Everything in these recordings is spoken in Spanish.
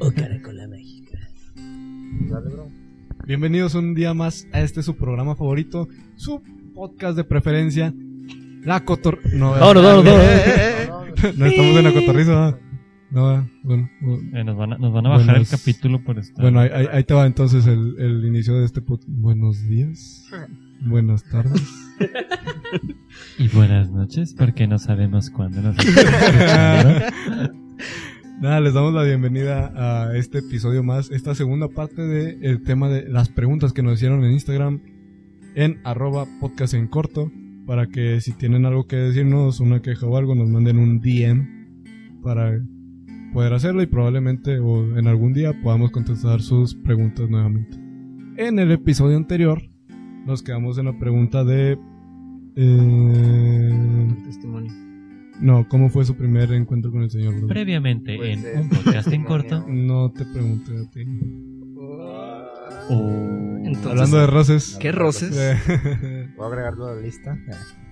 Oh, caracola mágica. Dale, bro. Bienvenidos un día más a este su programa favorito, su podcast de preferencia, La Cotor... No, No, no, no, no, no. No, no, No estamos en La Cotorriza. No, No, bueno, bueno, Eh, nos, van a, nos van a bajar Buenos- el capítulo por estar. bueno, ahí, ahí- ahí te va entonces el, el inicio de este podcast. Buenos días, buenas tardes. Y buenas noches, porque no sabemos cuándo nos Nada, les damos la bienvenida a este episodio más, esta segunda parte del tema de las preguntas que nos hicieron en Instagram, en arroba podcast en corto, para que si tienen algo que decirnos, una queja o algo, nos manden un DM para poder hacerlo y probablemente o en algún día podamos contestar sus preguntas nuevamente. En el episodio anterior nos quedamos en la pregunta de... eh, no. Testimonio. no, ¿cómo fue su primer encuentro con el señor? Bruno? Previamente Puede en ser. un podcast en corto. No te pregunté a ti. o- Entonces, Hablando de roces. ¿qué roces? Eh, Voy a agregarlo a la lista. Ah,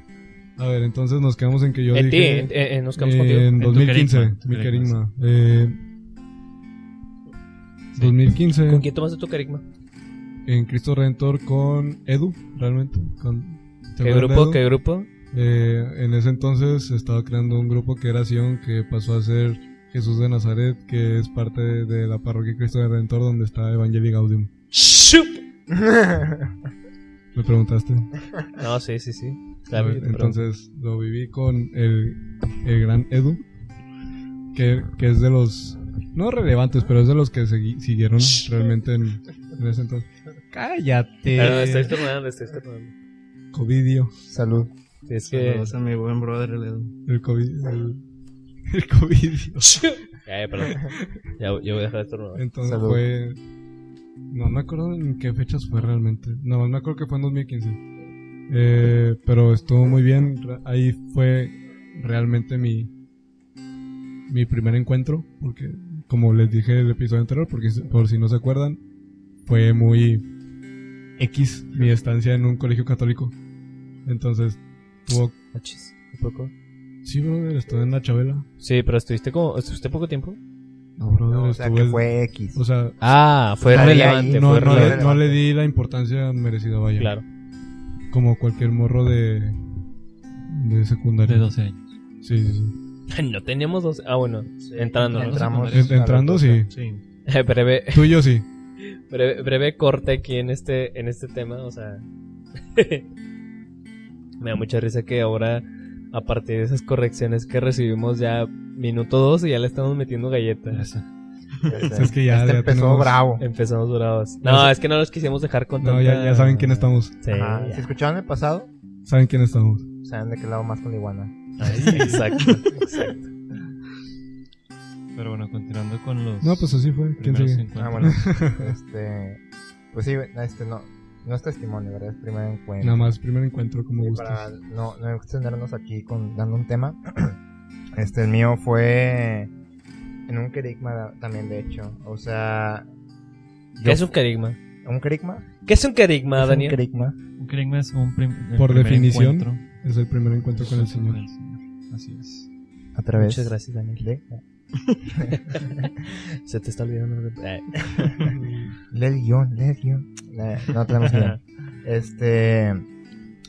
a ver, entonces nos quedamos en que yo En ti, dije... eh, en, en- en- nos quedamos contigo. en tu 2015, querigma, tu mi querigma. querigma. Eh, 2015 ¿Con quién tomaste tu carisma? en Cristo Redentor con Edu, realmente. Con, ¿te ¿Qué acuerdas de grupo? Edu? ¿Qué grupo? Eh, en ese entonces estaba creando un grupo que era Sion, que pasó a ser Jesús de Nazaret, que es parte de, de la parroquia Cristo Redentor donde está Evangelii Gaudium. ¡Shup! ¿Me preguntaste? No, sí, sí, sí. A Claro, ver, yo te pregunto. entonces lo viví con el, el gran Edu, que, que es de los, no relevantes, pero es de los que segui- siguieron realmente en, en ese entonces. Ah, no, estoy Cállate. estornudando, estoy estornudando. Covidio. Salud. Sí, es que... Saludos a mi buen brother, el Edu. El, COVID, el, el Covidio. Eh, perdón. Ya, yo voy a dejar de estornudar. Entonces Salud. fue... No me acuerdo en qué fechas fue realmente. Nada más me acuerdo que fue en 2015. Eh, pero estuvo muy bien. Ra- Ahí fue realmente mi, mi primer encuentro. Porque, como les dije en el episodio anterior, porque si- por si no se acuerdan, fue muy X mi estancia en un colegio católico. Entonces, tuvo. Achis, ¿Un poco? Sí, brother, estuve en la Chabela. Sí, pero estuviste como... ¿Estuviste poco tiempo? No, brother, No, o sea, estuve- que fue X. o sea, Ah, fue Estaría relevante, ahí. no, fue no, relevante. le, no le di la importancia merecida, vaya. Claro. Como cualquier morro de, de secundaria. de 12 años. Sí, sí, sí. No teníamos dos... Ah, bueno. Entrando. Entramos. En- entrando, sí. Sí. Eh, breve, Tú y yo sí. breve, breve corte aquí en este, en este tema, o sea. me da mucha risa que ahora, a partir de esas correcciones que recibimos ya minuto 2 y ya le estamos metiendo galletas. Es que ya- este ya empezó tenemos- bravo. Empezamos dorados. No No, es que no los quisimos dejar con No, tanta- ya, ya saben quién estamos. Sí, Ajá. Este, ya. Si escucharon el pasado, Saben quién estamos. saben de qué lado más con la iguana. Exacto, exacto. Pero bueno, continuando con los. No, pues así fue. ¿Quién primeros sigue? encuentros. Ah, bueno. este. Pues sí, este no. No es testimonio, ¿verdad? Es primer encuentro. Nada más, primer encuentro, como Y para gustas. no, no extendernos aquí con, dando un tema, este el mío fue en un querigma también, de hecho. O sea, ¿Qué es un carigma? ¿un querigma? ¿Qué es un carigma, Es un Daniel? querigma. Un querigma es un prim- el Por primer definición, encuentro Es el primer encuentro con el Señor. Señor. Así es. A través Muchas gracias, Daniel. de- Se te está olvidando. de- Eh, Lee el guión, lee el guión. Eh, no tenemos guión. Este.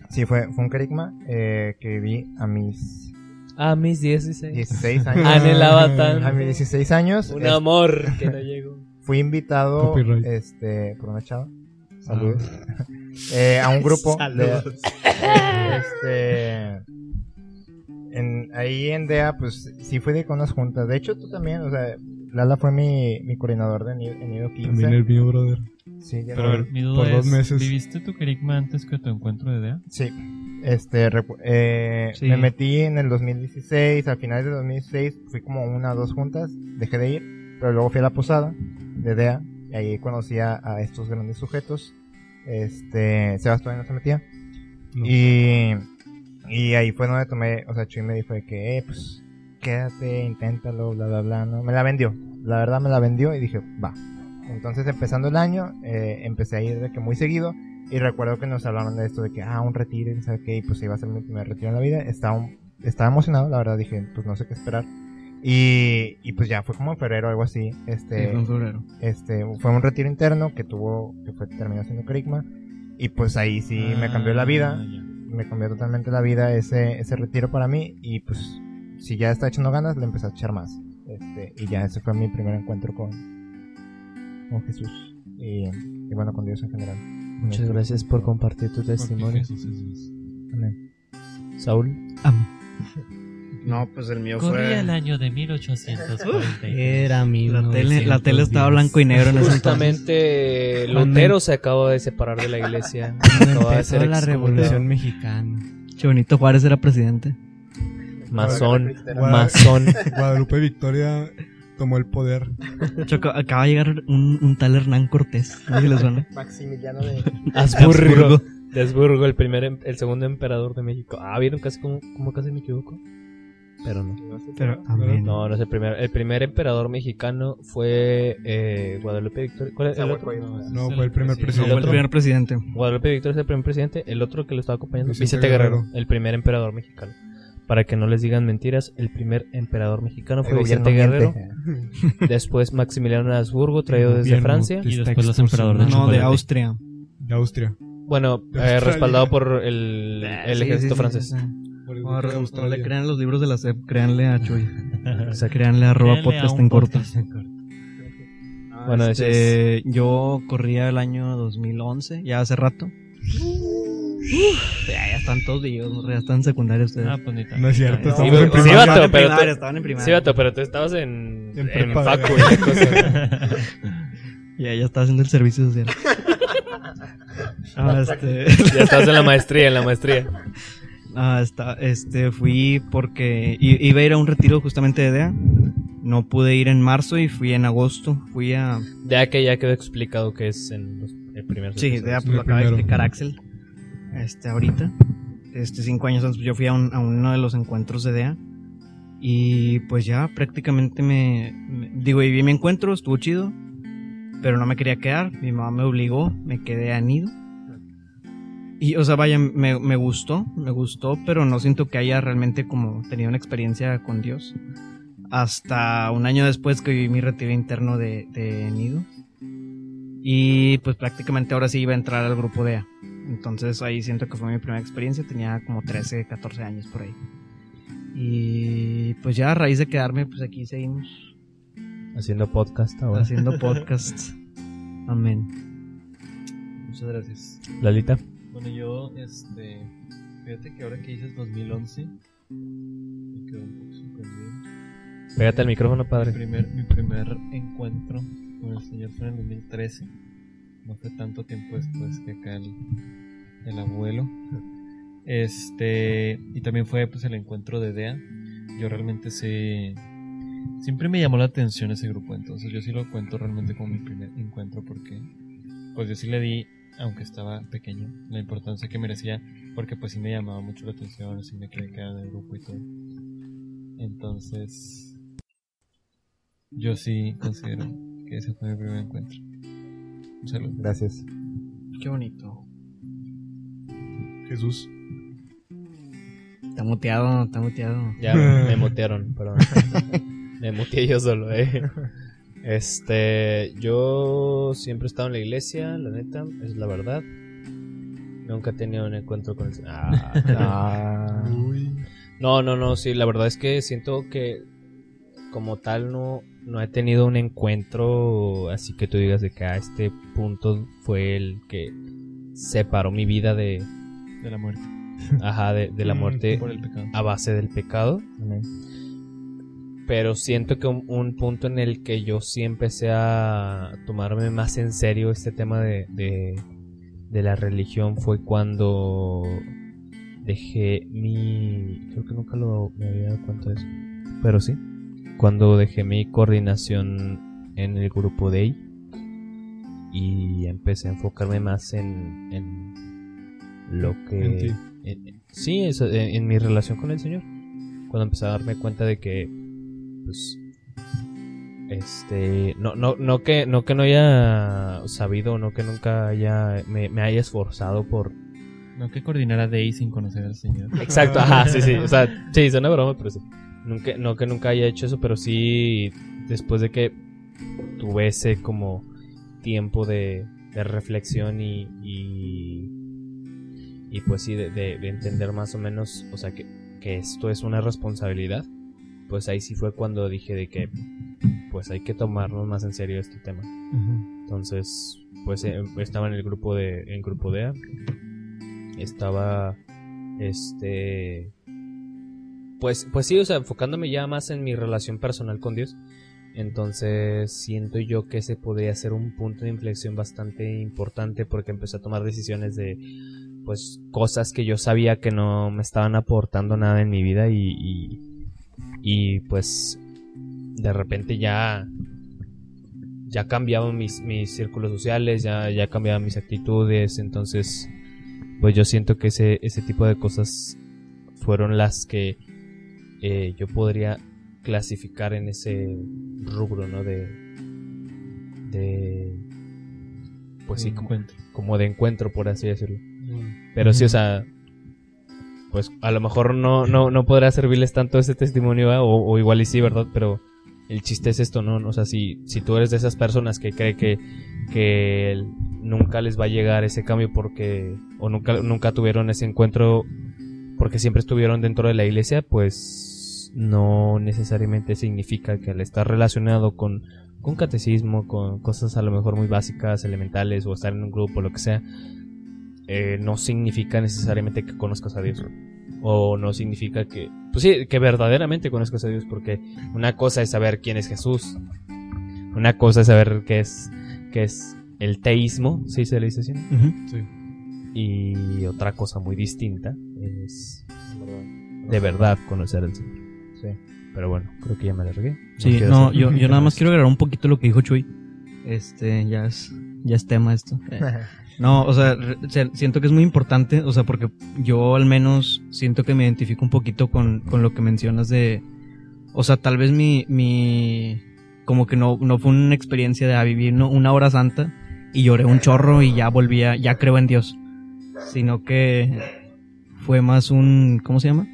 Sí, fue, fue un querigma eh, que vi a mis A Ah, mis 16. 16 años. Anhelaba A tanto. mis 16 años Un este, amor que no llegó. fui invitado Copyright. este, por una chava. Saludos. Eh, a un grupo de, Saludos. este en, ahí en DEA pues sí fui de con unas juntas de hecho tú también o sea Lala fue mi, mi coordinador de Nido, en Nido 15 También el mío, brother. sí, ya Pero a no- ver, mi duda por es: dos meses. ¿viviste tu querigma antes que tu encuentro de DEA? sí este recu- eh, Sí. me metí en el 2016 al final de 2016 fui como una o dos juntas dejé de ir pero luego fui a la posada de DEA y ahí conocí a, a estos grandes sujetos este Sebastián no se metía No. Y, y ahí fue donde tomé, o sea, Chuy me dijo de que, eh, pues, quédate, inténtalo, bla, bla, bla, ¿no? Me la vendió, la verdad me la vendió y dije, va. Entonces, empezando el año, eh, empecé a ir de que muy seguido. Y recuerdo que nos hablaron de esto, de que, ah, un retiro, y sabe qué, y pues iba a ser mi primer retiro en la vida. Estaba, un- estaba emocionado, la verdad, dije, pues no sé qué esperar. Y, y pues ya fue como en febrero o algo así. Este, fue en febrero. este fue un retiro interno que tuvo que fue terminó siendo Kerigma y pues ahí sí me cambió la vida Ah, ya. me cambió totalmente la vida ese ese retiro para mí y pues si ya está echando ganas le empecé a echar más este y ya ese fue mi primer encuentro con con Jesús y, y bueno con Dios en general Muchas gracias por compartir tu testimonio, Jesús, Jesús. Amén. Saúl. No, pues el mío Corría fue. el año de 1840. Era mi. La tele, la 1910. tele estaba blanco y negro en ese entonces. Pues Justamente eh, Lutero se acaba de separar de la iglesia. Acaba Cuando de empezó ser la excomulgado. revolución mexicana. Benito Juárez era presidente. Masón. Guada- Masón. Guadalupe Victoria tomó el poder. Ah, Choco, acaba de llegar un, un tal Hernán Cortés. No sé si le suena. Maximiliano de Habsburgo. De Habsburgo, el, primer, em- el segundo emperador de México. Ah, ¿vieron casi como, como casi me equivoco? Pero no. Pero, amén. No, no es el primer. El primer emperador mexicano fue eh, Guadalupe Victoria. ¿Cuál es el otro? No, fue el primer Fue el presidente. presidente. primer presidente. Guadalupe Victoria es el primer presidente. El otro que lo estaba acompañando, Vicente Vicente, Guerrero, Guerrero. el primer emperador mexicano. Para que no les digan mentiras, el primer emperador mexicano fue El Vicente gobierno eh, Guerrero. miente. Después Maximiliano de Habsburgo, traído desde gobierno Francia. Y Está después los emperadores extorsionando. No, de de chocolate. Austria. De Austria. Bueno, De eh, Australia. respaldado por el, el Ah, Sí, ejército sí, sí, francés. sí, sí. Por el No, de no, no Australia. le crean los libros de la SEP, créanle a Chuy. O sea, Exacto. créanle a arroba Denle a podcast un en corto. podcast en corto. Bueno, ese es- Este, Yo corría el año 2011, ya hace rato. ya, ya están todos viejos, ¿no? ya están secundarios ustedes. Ah, pues ni tan- No es cierto, Sí, estamos pero- en sí, primaria. vato, pero primaria, tú- estaban en primaria. Sí, vato, pero tú estabas en, En en, prepa, facu. güey. y cosas. Ya, ya está haciendo el servicio social. Ah, este, ya estabas en la maestría, en la maestría. ah, está, este, fui porque i- iba a ir a un retiro justamente de DEA. No pude ir en marzo y fui en agosto. Fui a. Ya que ya quedó explicado que es en los, el primer Sí, suceso. DEA, pues lo el acaba de primero. explicar Axel. Este, ahorita. Este, cinco años antes, pues, yo fui a, un- a uno de los encuentros de DEA. Y pues ya prácticamente me. me- digo, viví mi encuentro, estuvo chido. Pero no me quería quedar. Mi mamá me obligó, me quedé a nido. Y, o sea, vaya, me, me gustó, me gustó, pero no siento que haya realmente como tenido una experiencia con Dios. Hasta un año después que viví mi retiro interno de, de Nido. Y pues prácticamente ahora sí iba a entrar al grupo DEA. Entonces ahí siento que fue mi primera experiencia, tenía como 13, 14 años por ahí. Y pues ya a raíz de quedarme, pues aquí seguimos Haciendo podcast ahora. haciendo podcasts. Amén. Muchas gracias. Lalita. Bueno, yo, este. Fíjate que ahora que dices 2011, me quedo un poco sorprendido. Pégate al micrófono, Mi padre. primer, mi primer encuentro con el Señor fue en el 2013. No fue tanto tiempo después que acá el, el abuelo. Este. Y también fue pues el encuentro de DEA. Yo realmente sí. Siempre me llamó la atención ese grupo, entonces yo sí lo cuento realmente como mi primer encuentro porque pues yo sí le di, aunque estaba pequeño, la importancia que merecía porque pues sí me llamaba mucho la atención, sí me quería quedar en el grupo y todo. Entonces, yo sí considero que ese fue mi primer encuentro. Un saludo. gracias Qué bonito. Jesús. Está muteado, está muteado. Ya me mutearon, perdón. me muteé yo solo, eh. Este, yo siempre he estado en la iglesia, la neta, es la verdad. Nunca he tenido un encuentro con el Señor. ah, Uy. No, no, no, sí, la verdad es que siento que como tal no, no he tenido un encuentro así que tú digas de que a este punto fue el que separó mi vida de, De la muerte. ajá, de, de la Mm, muerte Por el pecado. a base del pecado. Pero siento que un, un punto en el que yo sí empecé a tomarme más en serio este tema de, de, de la religión fue cuando dejé mi... Creo que nunca lo, me había dado cuenta de eso. Pero sí. Cuando dejé mi coordinación en el grupo DEI y empecé a enfocarme más en, en lo que... En ti. en- sí, eso, en- en mi relación con el Señor cuando empecé a darme cuenta de que pues Este, no, no, no que, no que no haya sabido, no que nunca haya, me, me haya esforzado por. No que coordinara Day sin conocer al señor. Exacto, ajá, sí, sí, o sea, sí, suena broma, pero sí. Nunca, no que nunca haya hecho eso, pero sí, después de que tuve ese como tiempo de, de reflexión y, y, y pues sí, de, de- de entender más o menos, o sea, que, que esto es una responsabilidad, pues ahí sí fue cuando dije de que, pues hay que tomarnos más en serio este tema. Entonces, pues eh, estaba en el grupo de en grupo DEA. Estaba este pues pues sí, o sea, enfocándome ya más en mi relación personal con Dios. Entonces, siento yo que ese podría ser un punto de inflexión bastante importante porque empecé a tomar decisiones de pues cosas que yo sabía que no me estaban aportando nada en mi vida y y, y, pues de repente ya ya cambiaban mis, mis círculos sociales, ya, ya cambiaban mis actitudes, entonces pues yo siento que ese, ese tipo de cosas fueron las que eh, yo podría clasificar en ese rubro, ¿no? De... de pues Mm. sí, como, encuentro. como de encuentro, por así decirlo. Pero sí, o sea, pues a lo mejor no, no, no podrá servirles tanto ese testimonio, ¿verdad? o, o igual y sí, ¿verdad? Pero el chiste es esto, ¿no? O sea, si, si tú eres de esas personas que cree que, que el- nunca les va a llegar ese cambio porque, o nunca, nunca tuvieron ese encuentro porque siempre estuvieron dentro de la iglesia, pues no necesariamente significa que al estar relacionado con, con catecismo, con cosas a lo mejor muy básicas, elementales, o estar en un grupo, lo que sea, eh, no significa necesariamente que conozcas a Dios. O no significa que, pues sí, que verdaderamente conozcas a Dios, porque una cosa es saber quién es Jesús, una cosa es saber qué es, qué es el teísmo, si se le dice así, ¿no? Sí. y otra cosa muy distinta es de verdad conocer al Señor. Sí. Pero bueno, creo que ya me alargué. Sí, quiero no, hacer- yo, yo nada más quiero agregar un poquito lo que dijo Chuy. Este, ya es, ya es tema esto. Eh, No, o sea, re- se- siento que es muy importante, o sea, porque yo al menos siento que me identifico un poquito con, con lo que mencionas de, o sea, tal vez mi, mi, como que no, no fue una experiencia de ah, vivir no, una hora santa y lloré un chorro y ya volvía, ya creo en Dios, sino que fue más un, ¿cómo se llama?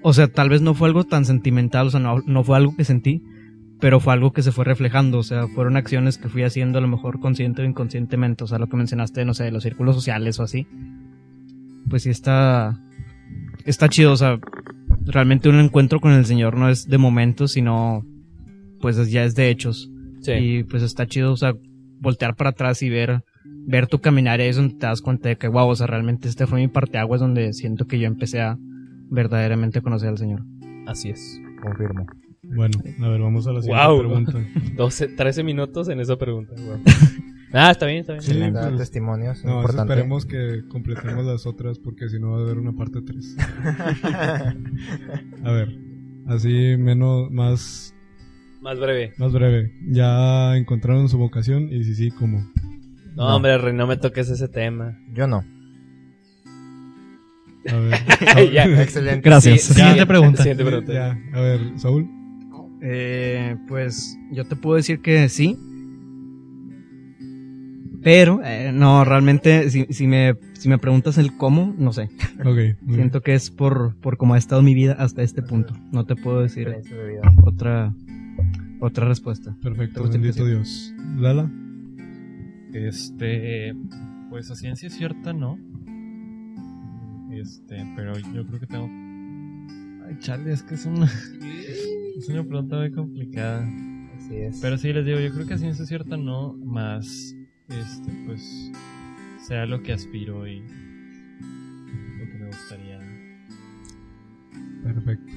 O sea, tal vez no fue algo tan sentimental, o sea, no, no fue algo que sentí, pero fue algo que se fue reflejando, o sea, fueron acciones que fui haciendo a lo mejor consciente o inconscientemente, o sea, lo que mencionaste, no sé, de los círculos sociales o así. Pues sí está, está chido, o sea, realmente un encuentro con el Señor no es de momentos, sino pues es- ya es de hechos. Sí. Y pues está chido, o sea, voltear para atrás y ver, ver tu caminar, es donde te das cuenta de que, wow, o sea, realmente este fue mi parteaguas donde siento que yo empecé a verdaderamente conocer al Señor. Así es. Confirmo. Bueno, a ver, vamos a la siguiente Guau. pregunta. 12, 13 minutos en esa pregunta. güey. ah, está bien, está bien. Sí, Se le han dado pues, testimonios, No, eso importante. esperemos que completemos las otras porque si no va a haber una parte 3. A ver, así menos, más, Más breve. más breve. ¿Ya encontraron su vocación? Y si sí, ¿cómo? No, hombre, Rey, no me toques ese tema. Yo no. A ver. Ya. Excelente. Gracias. Sí, Siguiente pregunta. Siguiente pregunta. Ya, a ver, Saúl. Eh, pues yo te puedo decir que sí. Pero, eh, no, realmente, si, si, me, si me preguntas el cómo, no sé. Ok. muy bien. Siento que es por, por cómo ha estado mi vida hasta este punto. No te puedo decir Experiencia de vida. otra, otra respuesta. Perfecto, Te gusta el bendito Dios. Lala, Este, pues a ciencia cierta no. Este, pero yo creo que tengo. Ay, chale, es que es una. Es una pregunta muy complicada. Así es. Pero sí, les digo, yo creo que a ciencia cierta no, más. Este, pues. Sea lo que aspiro y. Lo que me gustaría. perfecto.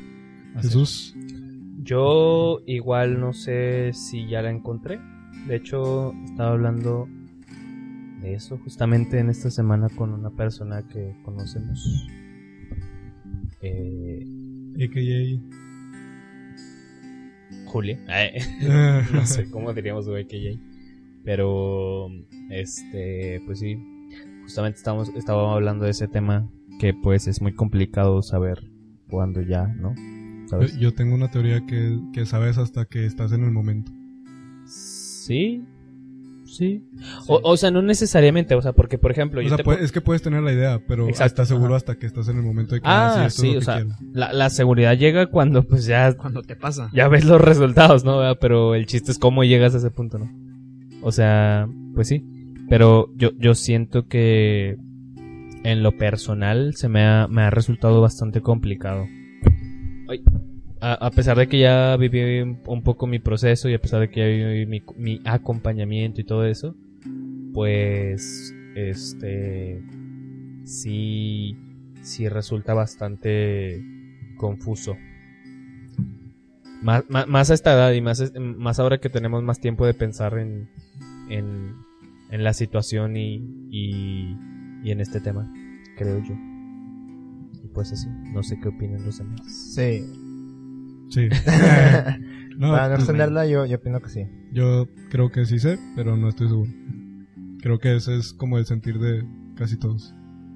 hacer. Jesús, Yo igual no sé si ya la encontré. De hecho, estaba hablando de eso justamente en esta semana con una persona que conocemos. Eh, a.k.a. Julia. Ay. Ah. no sé cómo diríamos güey que ya pero este pues sí justamente estamos estábamos hablando de ese tema que pues es muy complicado saber cuándo ya no Yo, ¿sabes? yo tengo una teoría que, que sabes hasta que estás en el momento. Sí. Sí. O, o sea, no necesariamente, o sea, porque por ejemplo, O yo sea, pues, te puede- pu- es que puedes tener la idea, pero Exacto, estás seguro ajá. hasta que estás en el momento de que Ah, ah, sí, esto es sí, lo o que sea, quiero. la, la seguridad llega cuando pues ya, Cuando te pasa. ya ves los resultados, ¿no? ¿Verdad? Pero el chiste es cómo llegas a ese punto, ¿no? O sea, pues sí. Pero yo, yo siento que en lo personal se me ha, me ha resultado bastante complicado. Ay. A, a pesar de que ya viví un un poco mi proceso y a pesar de que ya viví mi, mi acompañamiento y todo eso, pues este sí sí resulta bastante confuso. Más, más, más a esta edad y más, es- más ahora que tenemos más tiempo de pensar en, en, en la situación y, y, y en este tema, creo yo. Y pues así, no sé qué opinan los demás. Sí. Sí. No, Para no pues, extenderla, yo, yo opino que sí. Yo creo que sí sé, pero no estoy seguro. Creo que ese es como el sentir de casi todos.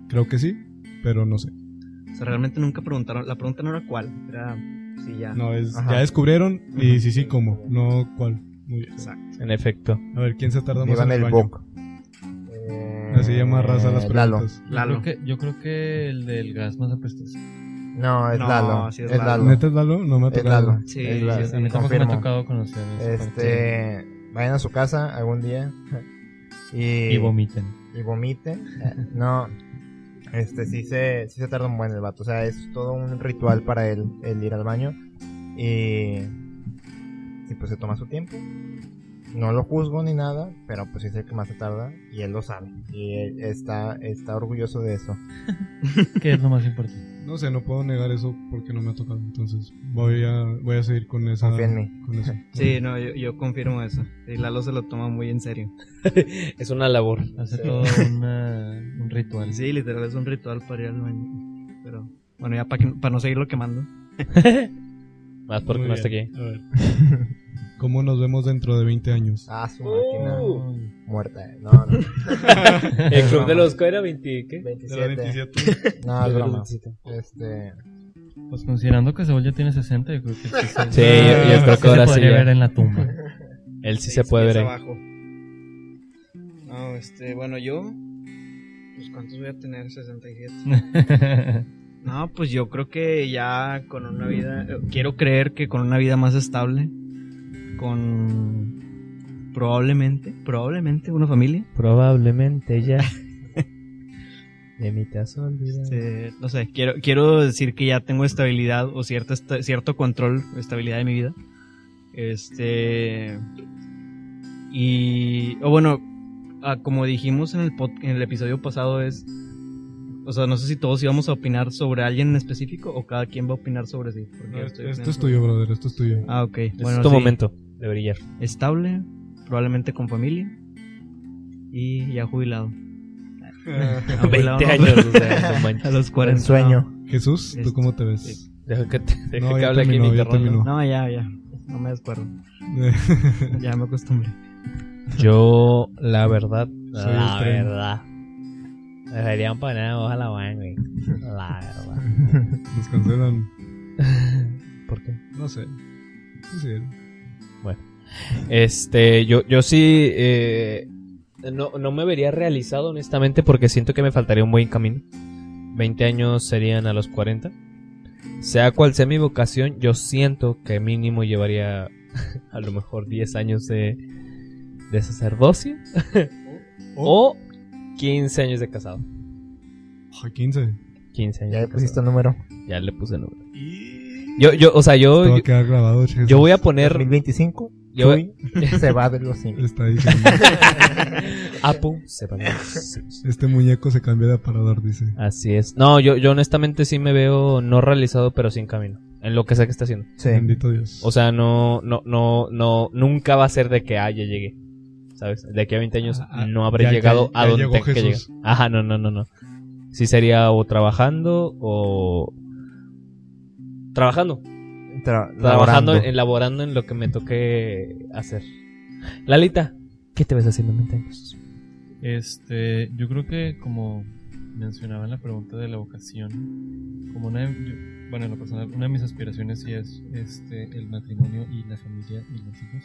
Creo que sí, pero no sé. O sea, realmente nunca preguntaron. La pregunta no era cuál. Era si ya. No, es, Ajá. ya descubrieron y Ujú. sí, sí, cómo. No cuál. Muy bien. Exacto. En efecto. A ver, ¿quién se tarda más Iban en el el baño? boc. Eh, Así llama raza las Lalo. preguntas. Yo Lalo. creo que, yo creo que el del gas más apestoso. No, es No, Lalo. sí es es Lalo. Lalo. ¿Neta es Lalo? No me ha Es tocado. Lalo. Sí, Es sí, Lalo. a mí tampoco me ha Confirmo. tocado conocer. esa parte. Este, vayan a su casa algún día y, Y vomiten. y vomiten. Eh, No, este sí se, sí se tarda un buen el vato. O sea, es todo un ritual para él el ir al baño. Y, y pues se toma su tiempo. No lo juzgo ni nada, pero pues sí es el que más se tarda y él lo sabe. Y él está, está orgulloso de eso. ¿Qué es lo más importante? No sé, no puedo negar eso porque no me ha tocado. Entonces voy a, voy a seguir con esa. Confía en mí. con eso. Sí, no, yo, yo confirmo eso. Sí, Lalo se lo toma muy en serio. Es una labor. Hace todo una- un ritual. Sí, literal es un ritual para ir al baño. Pero bueno, ya para que- para no seguirlo quemando. Más porque Muy no está aquí. bien. A ver. ¿Cómo nos vemos dentro de 20 años? Ah, su máquina Uh. Ay, muerta. eh. No, no. El club de los... ¿cuál era? ¿20 qué? 27. No, es Ah, broma. Este, Pues considerando que Saúl ya tiene 60, yo creo que sí. se- Ah, Sí, yo, yo creo que ahora se sí. podría ver ya. en la tumba. Él sí se seis puede pies ver. ahí. abajo. No, este, bueno, yo. Pues cuántos voy a tener, 67. No, pues yo creo que ya con una vida, eh, quiero creer que con una vida más estable, con probablemente, probablemente una familia, Probablemente ya. De mí te has olvidado. este, no sé, quiero, quiero decir que ya tengo estabilidad o cierta, esta- cierto control, estabilidad de mi vida, este, y, o bueno, ah, como dijimos en el, pod- en el episodio pasado es, o sea, no sé si todos íbamos a opinar sobre alguien en específico o cada quien va a opinar sobre sí. porque No, yo esto estoy esto opinando es sobre- tuyo, brother. Esto es tuyo. Ah, ok. Este Bueno, es Ah, tu sí. momento de brillar. Estable, probablemente con familia. Y ya jubilado. Ah, jubilado 20 no, años, o sea, no pero- A manches. los el 40. sueño. Jesús, ¿tú Este, cómo te ves? Deja que, te, deja No, que ya hable aquí terminó, mi ya carnal. terminó. No. No, ya, ya. No me descuerdo. Ya me acostumbré. Yo, la verdad, Soy la el tren. verdad. Deberían poner voz a la van, güey. La verdad. Nos cancelan. ¿Por qué? No sé. Pues sí, Este, yo, yo sí. eh, no, no me vería realizado, honestamente, porque siento que me faltaría un buen camino. 20 años serían a los 40. Sea cual sea mi vocación, yo siento que mínimo llevaría a lo mejor 10 años de, de sacerdocio o 15 años de casado. Ay, 15. 15 años. Ya de le pusiste casado. el número. Ya le puse número. Yo, yo, o sea, Esto va yo, a quedar grabado, Jesús. yo voy a poner. 2025. Yo, Chuy se va de los Simpsons. Está diciendo. Apu, se va a llamar. Sí, sí. este muñeco se cambia de aparador, dice. Así es. No, yo, yo honestamente sí me veo no realizado, pero sin camino. En lo que sea que está haciendo. Sí. Bendito Dios. O sea, no, no, no, no, nunca va a ser de que, ah, ya llegué. ¿Sabes? De aquí a 20 años Ah, no habré ya- ya- llegado a ya donde llegó tenga que llegar. Jesús. Ajá, no, no, no, no. Sí sería o trabajando o... Trabajando. Tra- laborando. Trabajando, elaborando en lo que me toque hacer. Lalita, ¿qué te ves haciendo en 20 años? Este, yo creo que como mencionaba en la pregunta de la vocación, como una de, yo- bueno, en lo personal, una de mis aspiraciones sí es este, el matrimonio y la familia y los hijos.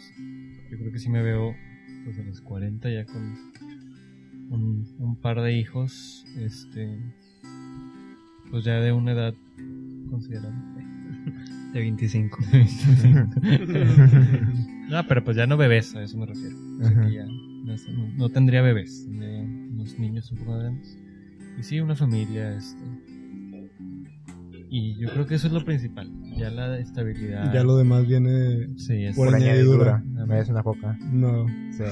Yo creo que sí me veo pues a los 40 ya con un, un par de hijos, este, pues ya de una edad considerable. de 25. no, pero pues ya no bebés, a eso me refiero. O sea, que ya no, sé, no- no tendría bebés, tendría unos niños un poco más grandes. Y sí, una familia, este. Y yo creo que eso es lo principal, ya la estabilidad. Ya lo demás viene. Sí, es- Por Por añadidura. añadidura. Me des una coca. No. Sí.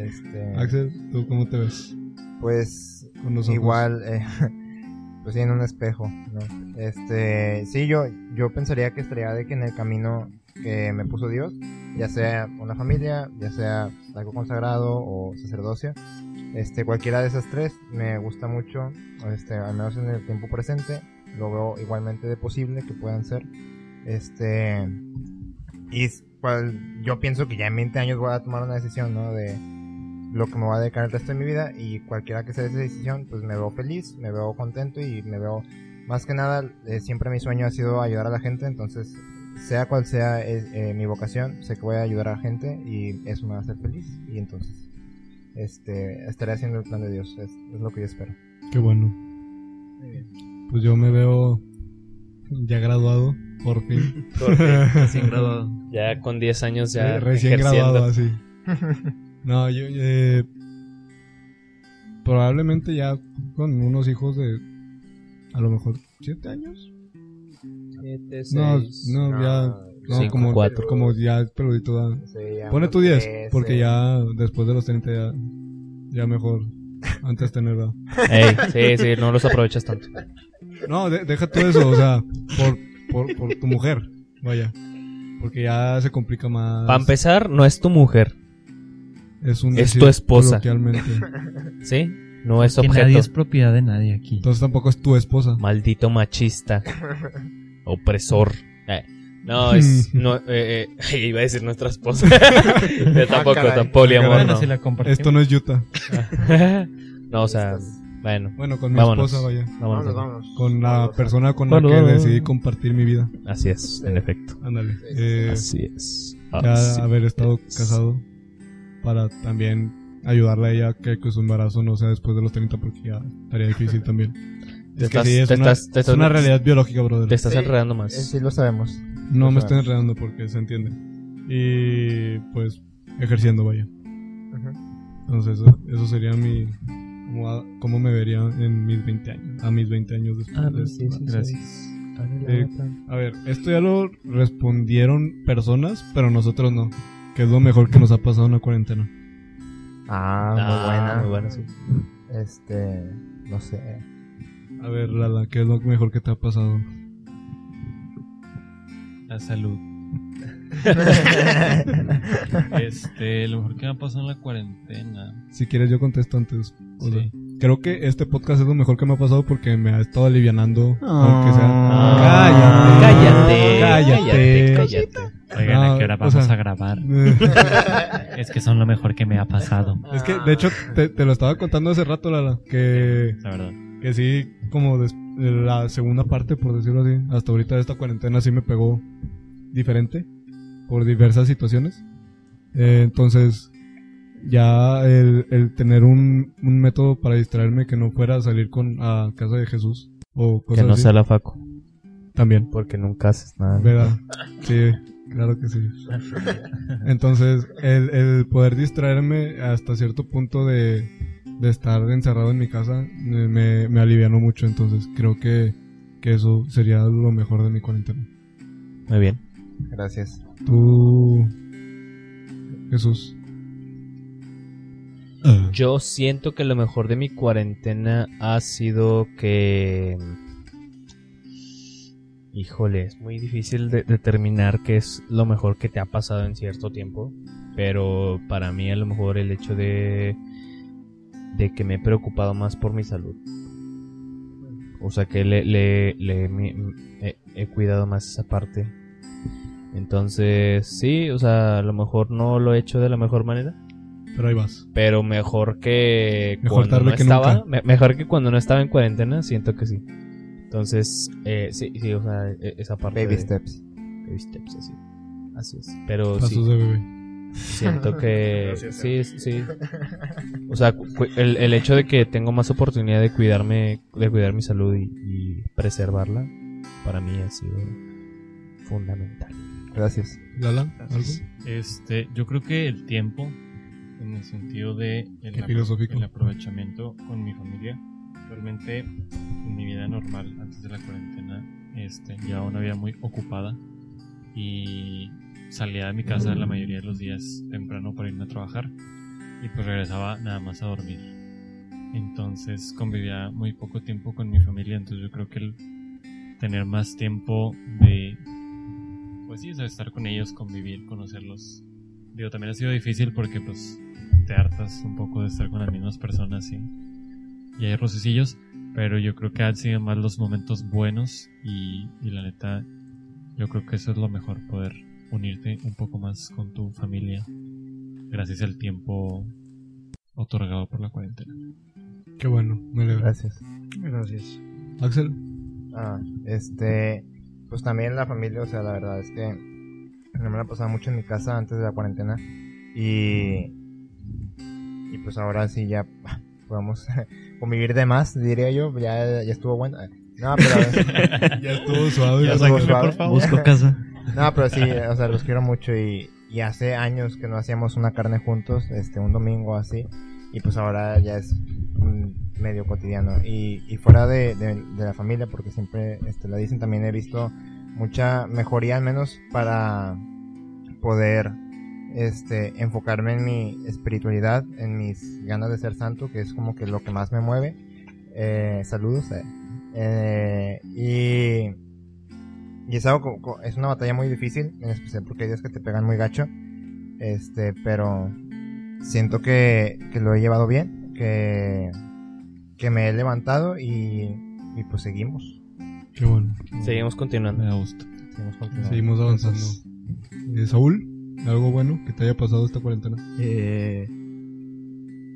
este, Axel, ¿tú cómo te ves? pues Con los ojos. Igual, eh, pues sí, en un espejo, ¿no? Este, sí, yo, yo pensaría que estaría de que en el camino que me puso Dios, ya sea una familia, ya sea algo consagrado o sacerdocio, este, cualquiera de esas tres me gusta mucho, este, al menos en el tiempo presente, lo veo igualmente de posible que puedan ser, este, y s- cual- yo pienso que ya en 20 años voy a tomar una decisión, ¿no? De, lo que me va a dedicar el resto de mi vida y cualquiera que sea esa decisión, pues me veo feliz, me veo contento y me veo, más que nada, eh, siempre mi sueño ha sido ayudar a la gente, entonces, sea cual sea es- eh, mi vocación, sé que voy a ayudar a la gente y eso me va a hacer feliz y entonces, este, estaré haciendo el plan de Dios, es, es lo que yo espero. Qué bueno. Pues yo me veo ya graduado, por fin. Sin graduado. Ya con 10 años ya Re- Recién ejerciendo. graduado, así. No, yo. eh, probablemente ya con unos hijos de. A lo mejor siete años. Siete, No, seis, no, ya. No, Ah, Cinco, como, cuatro. como ya es peludito. da- Sí, ya Pone unos tu 10, trece, porque ya después de los 30 ya, ya mejor. Antes tenerlo. Ey, sí, sí, no los aprovechas tanto. No, de- deja todo eso, o sea, por, por, por tu mujer, vaya. Porque ya se complica más. Para empezar, no es tu mujer, es, un es tu decir esposa. coloquialmente. ¿sí? No es que nadie objeto. es propiedad de nadie aquí. Entonces tampoco es tu esposa. Maldito machista. Opresor. Eh, No, es. No, eh, eh, iba a decir nuestra esposa. Yo tampoco, Ah, caray. tan poliamor, Bueno, no. si la compartimos. Esto no es Utah. No, o sea, Estas- bueno, Bueno, con mi Vámonos. esposa, vaya. vámonos. Vámonos, vámonos. Con la Vámonos. persona con la Bueno, que bueno, decidí bueno. compartir mi vida. Así es, en efecto. Ándale. Eh, Así es. Ah, ya Así haber estado es. casado para también ayudarle a ella que, que su embarazo no sea después de los 30 porque ya estaría difícil también. Te Es que estás- sí, es te una, estás- te es estás- una realidad biológica, brother. Te estás Sí. enredando Eh, más. Sí, lo sabemos. No me Ajá. estoy enredando porque se entiende. Y pues ejerciendo, vaya. Entonces eso, eso sería mi... Como, a- cómo me vería en mis 20 años. A mis 20 años después. Ah, Ah, de pues pues esto. Gracias. Eh, a ver, esto ya lo respondieron personas, pero nosotros no. Que es lo mejor que nos ha pasado en la cuarentena. Ah, Ah, muy buena. muy buena, sí. Este, no sé. A ver, Lala, ¿qué es lo mejor que te ha pasado? La salud. Este, lo mejor que me ha pasado en la cuarentena. Si quieres yo contesto antes. O Sí. sea, creo que este podcast es lo mejor que me ha pasado porque me ha estado alivianando. aunque Ah. sea... Cállate, cállate, cállate. Oigan, No, ¿a qué hora o vamos sea- a grabar? cállate. Es que son lo mejor que me ha pasado. Es que, de hecho, te, te lo estaba contando hace rato, Lala, que, La verdad. que sí, como des- eh, la segunda parte, por decirlo así, hasta ahorita de esta cuarentena sí me pegó diferente por diversas situaciones. Eh, entonces, ya el, el tener un, un método para distraerme que no fuera salir con a casa de Jesús o Que cosas no Pues así, sea la Facu, también, porque nunca haces nada. ¿verdad? Sí, claro que sí. Entonces, el, el poder distraerme hasta cierto punto de, de estar encerrado en mi casa eh, me, me alivianó mucho. Entonces, creo que, que eso sería lo mejor de mi cuarentena. Muy bien. Gracias. Tú, Jesús. Yo siento que lo mejor de mi cuarentena ha sido que. Híjole, es muy difícil de- determinar qué es lo mejor que te ha pasado en cierto tiempo. Pero para mí, a lo mejor, el hecho de. de que me he preocupado más por mi salud. O sea, que le, le- le- mi- he, he cuidado más esa parte. Entonces, sí, o sea, a lo mejor no lo he hecho de la mejor manera. pero ahí vas. Pero mejor que Mejor cuando tarde no que estaba. nunca. me- mejor que cuando no estaba en cuarentena, siento que sí. Entonces, eh, sí, sí, o sea, e- esa parte. Baby de- steps. Baby steps, así. Así es. Pero Pasos Pues sí, de bebé. siento que. Gracias, sí, sí. O sea, cu- cu- el, el hecho de que tengo más oportunidad de cuidarme, de cuidar mi salud y, y preservarla, para mí ha sido fundamental. Gracias. Lala, ¿algo? Este, yo creo que el tiempo, en el sentido de el, Qué filosófico. el aprovechamiento con mi familia, realmente en mi vida normal antes de la cuarentena, este, ya una vida muy ocupada y salía de mi casa la mayoría de los días temprano para irme a trabajar y pues regresaba nada más a dormir. Entonces convivía muy poco tiempo con mi familia, entonces yo creo que el tener más tiempo de pues sí, o sea, estar con ellos, convivir, conocerlos. Digo, también ha sido difícil porque pues te hartas un poco de estar con las mismas personas y, y hay rocecillos, pero yo creo que han sido más los momentos buenos y, y la neta, yo creo que eso es lo mejor, poder unirte un poco más con tu familia gracias al tiempo otorgado por la cuarentena. Qué bueno, me alegra. Gracias. Gracias. Axel, Ah, este, pues también la familia, o sea, la verdad es que no me la pasaba mucho en mi casa antes de la cuarentena y y pues ahora sí ya podemos convivir de más, diría yo, ya, ya estuvo bueno. No, pero ya estuvo suave. Ya ¿verdad? estuvo suave. Busco casa. No, pero sí, o sea, los quiero mucho y, y hace años que no hacíamos una carne juntos, este, un domingo así, y pues ahora ya es mm, medio cotidiano. Y, y fuera de, de- de la familia, porque siempre este, la dicen, también he visto mucha mejoría, al menos para poder este, enfocarme en mi espiritualidad, en mis ganas de ser santo, que es como que lo que más me mueve. Eh, saludos. eh. Eh, y y es algo co- co- es una batalla muy difícil, en especial porque hay días que te pegan muy gacho. Este, pero siento que, que lo he llevado bien, que, que me he levantado y, y pues seguimos. Qué bueno. Seguimos continuando. Me da gusto. Seguimos continuando. Seguimos avanzando. Eh, Saúl, algo bueno que te haya pasado esta cuarentena. Eh,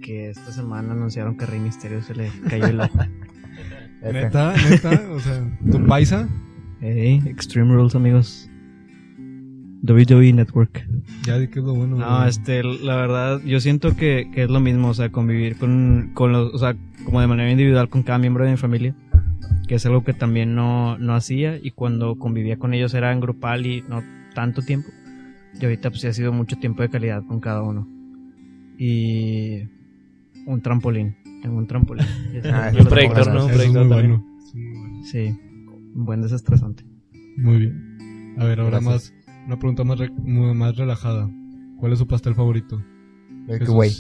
que esta semana anunciaron que a Rey Misterio se le cayó el ojo. F. Neta, neta, o sea, tu paisa, Ey, Extreme Rules, amigos. WWE Network. ya di que es lo bueno. No, güey. este, la verdad, yo siento que, que es lo mismo, o sea, convivir con, con los, o sea, como de manera individual con cada miembro de mi familia, que es algo que también no, no hacía y cuando convivía con ellos era en grupal y no tanto tiempo. Y ahorita pues sí ha sido mucho tiempo de calidad con cada uno. Y un trampolín, tengo un trampolín. Ah, Sí, es un proyector, bueno, Eso ¿no? Un es proyector muy también. bueno. Sí, muy bueno. Sí, un buen desestresante. Muy bien. A ver, ahora Gracias. más una pregunta más, re- mu- más relajada. ¿Cuál es su pastel favorito? Milky Jesús. Way.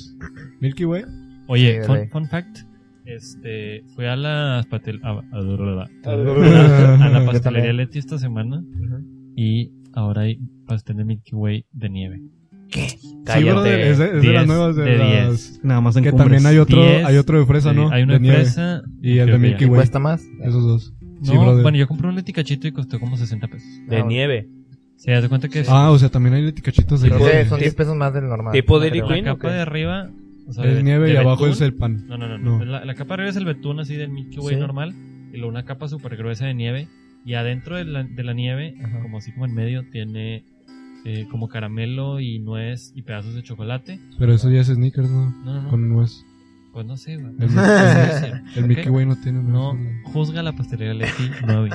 Milky Way. Oye, Sí, de ley. fun, fun fact. Este, fui a la, pastel, a, a- a la Yo pastelería también. Leti esta semana y ahora hay pastel de Milky Way de nieve. Sí, Cállate. brother, es de, es de Diez, las nuevas de, de las- diez. Nada más en Que cumbres. también hay otro, Diez. hay otro de fresa, Sí, ¿no? Hay una de nieve. empresa Y el de Creo que Milky ¿Y ya. Way. cuesta más? Esos dos. Sí, No, brother. bueno, yo compré un leticachito y costó como 60 pesos. De Ah, nieve. Se das cuenta que es Ah, o sea, también hay leticachitos de Creo Tipo- que nieve. son 10 pesos más del normal. tipo Dairy Creo. la Queen, ¿o capa qué? de arriba. o sea, de- Es nieve de y abajo betún. es el pan. No, no, no. no. No. La, la capa arriba es el betún así del Milky Way Sí. normal y luego una capa súper gruesa de nieve. Y adentro de la, de la nieve, Ajá. como así como en medio, tiene eh, como caramelo y nuez y pedazos de chocolate. Pero eso ya es sneakers, ¿no? No, no, no. Con nuez. Pues no sé, güey. El, No sé si- el ¿ok? Milky Way no tiene nuez. No, güey. juzga la pastelería Leti, no a mí.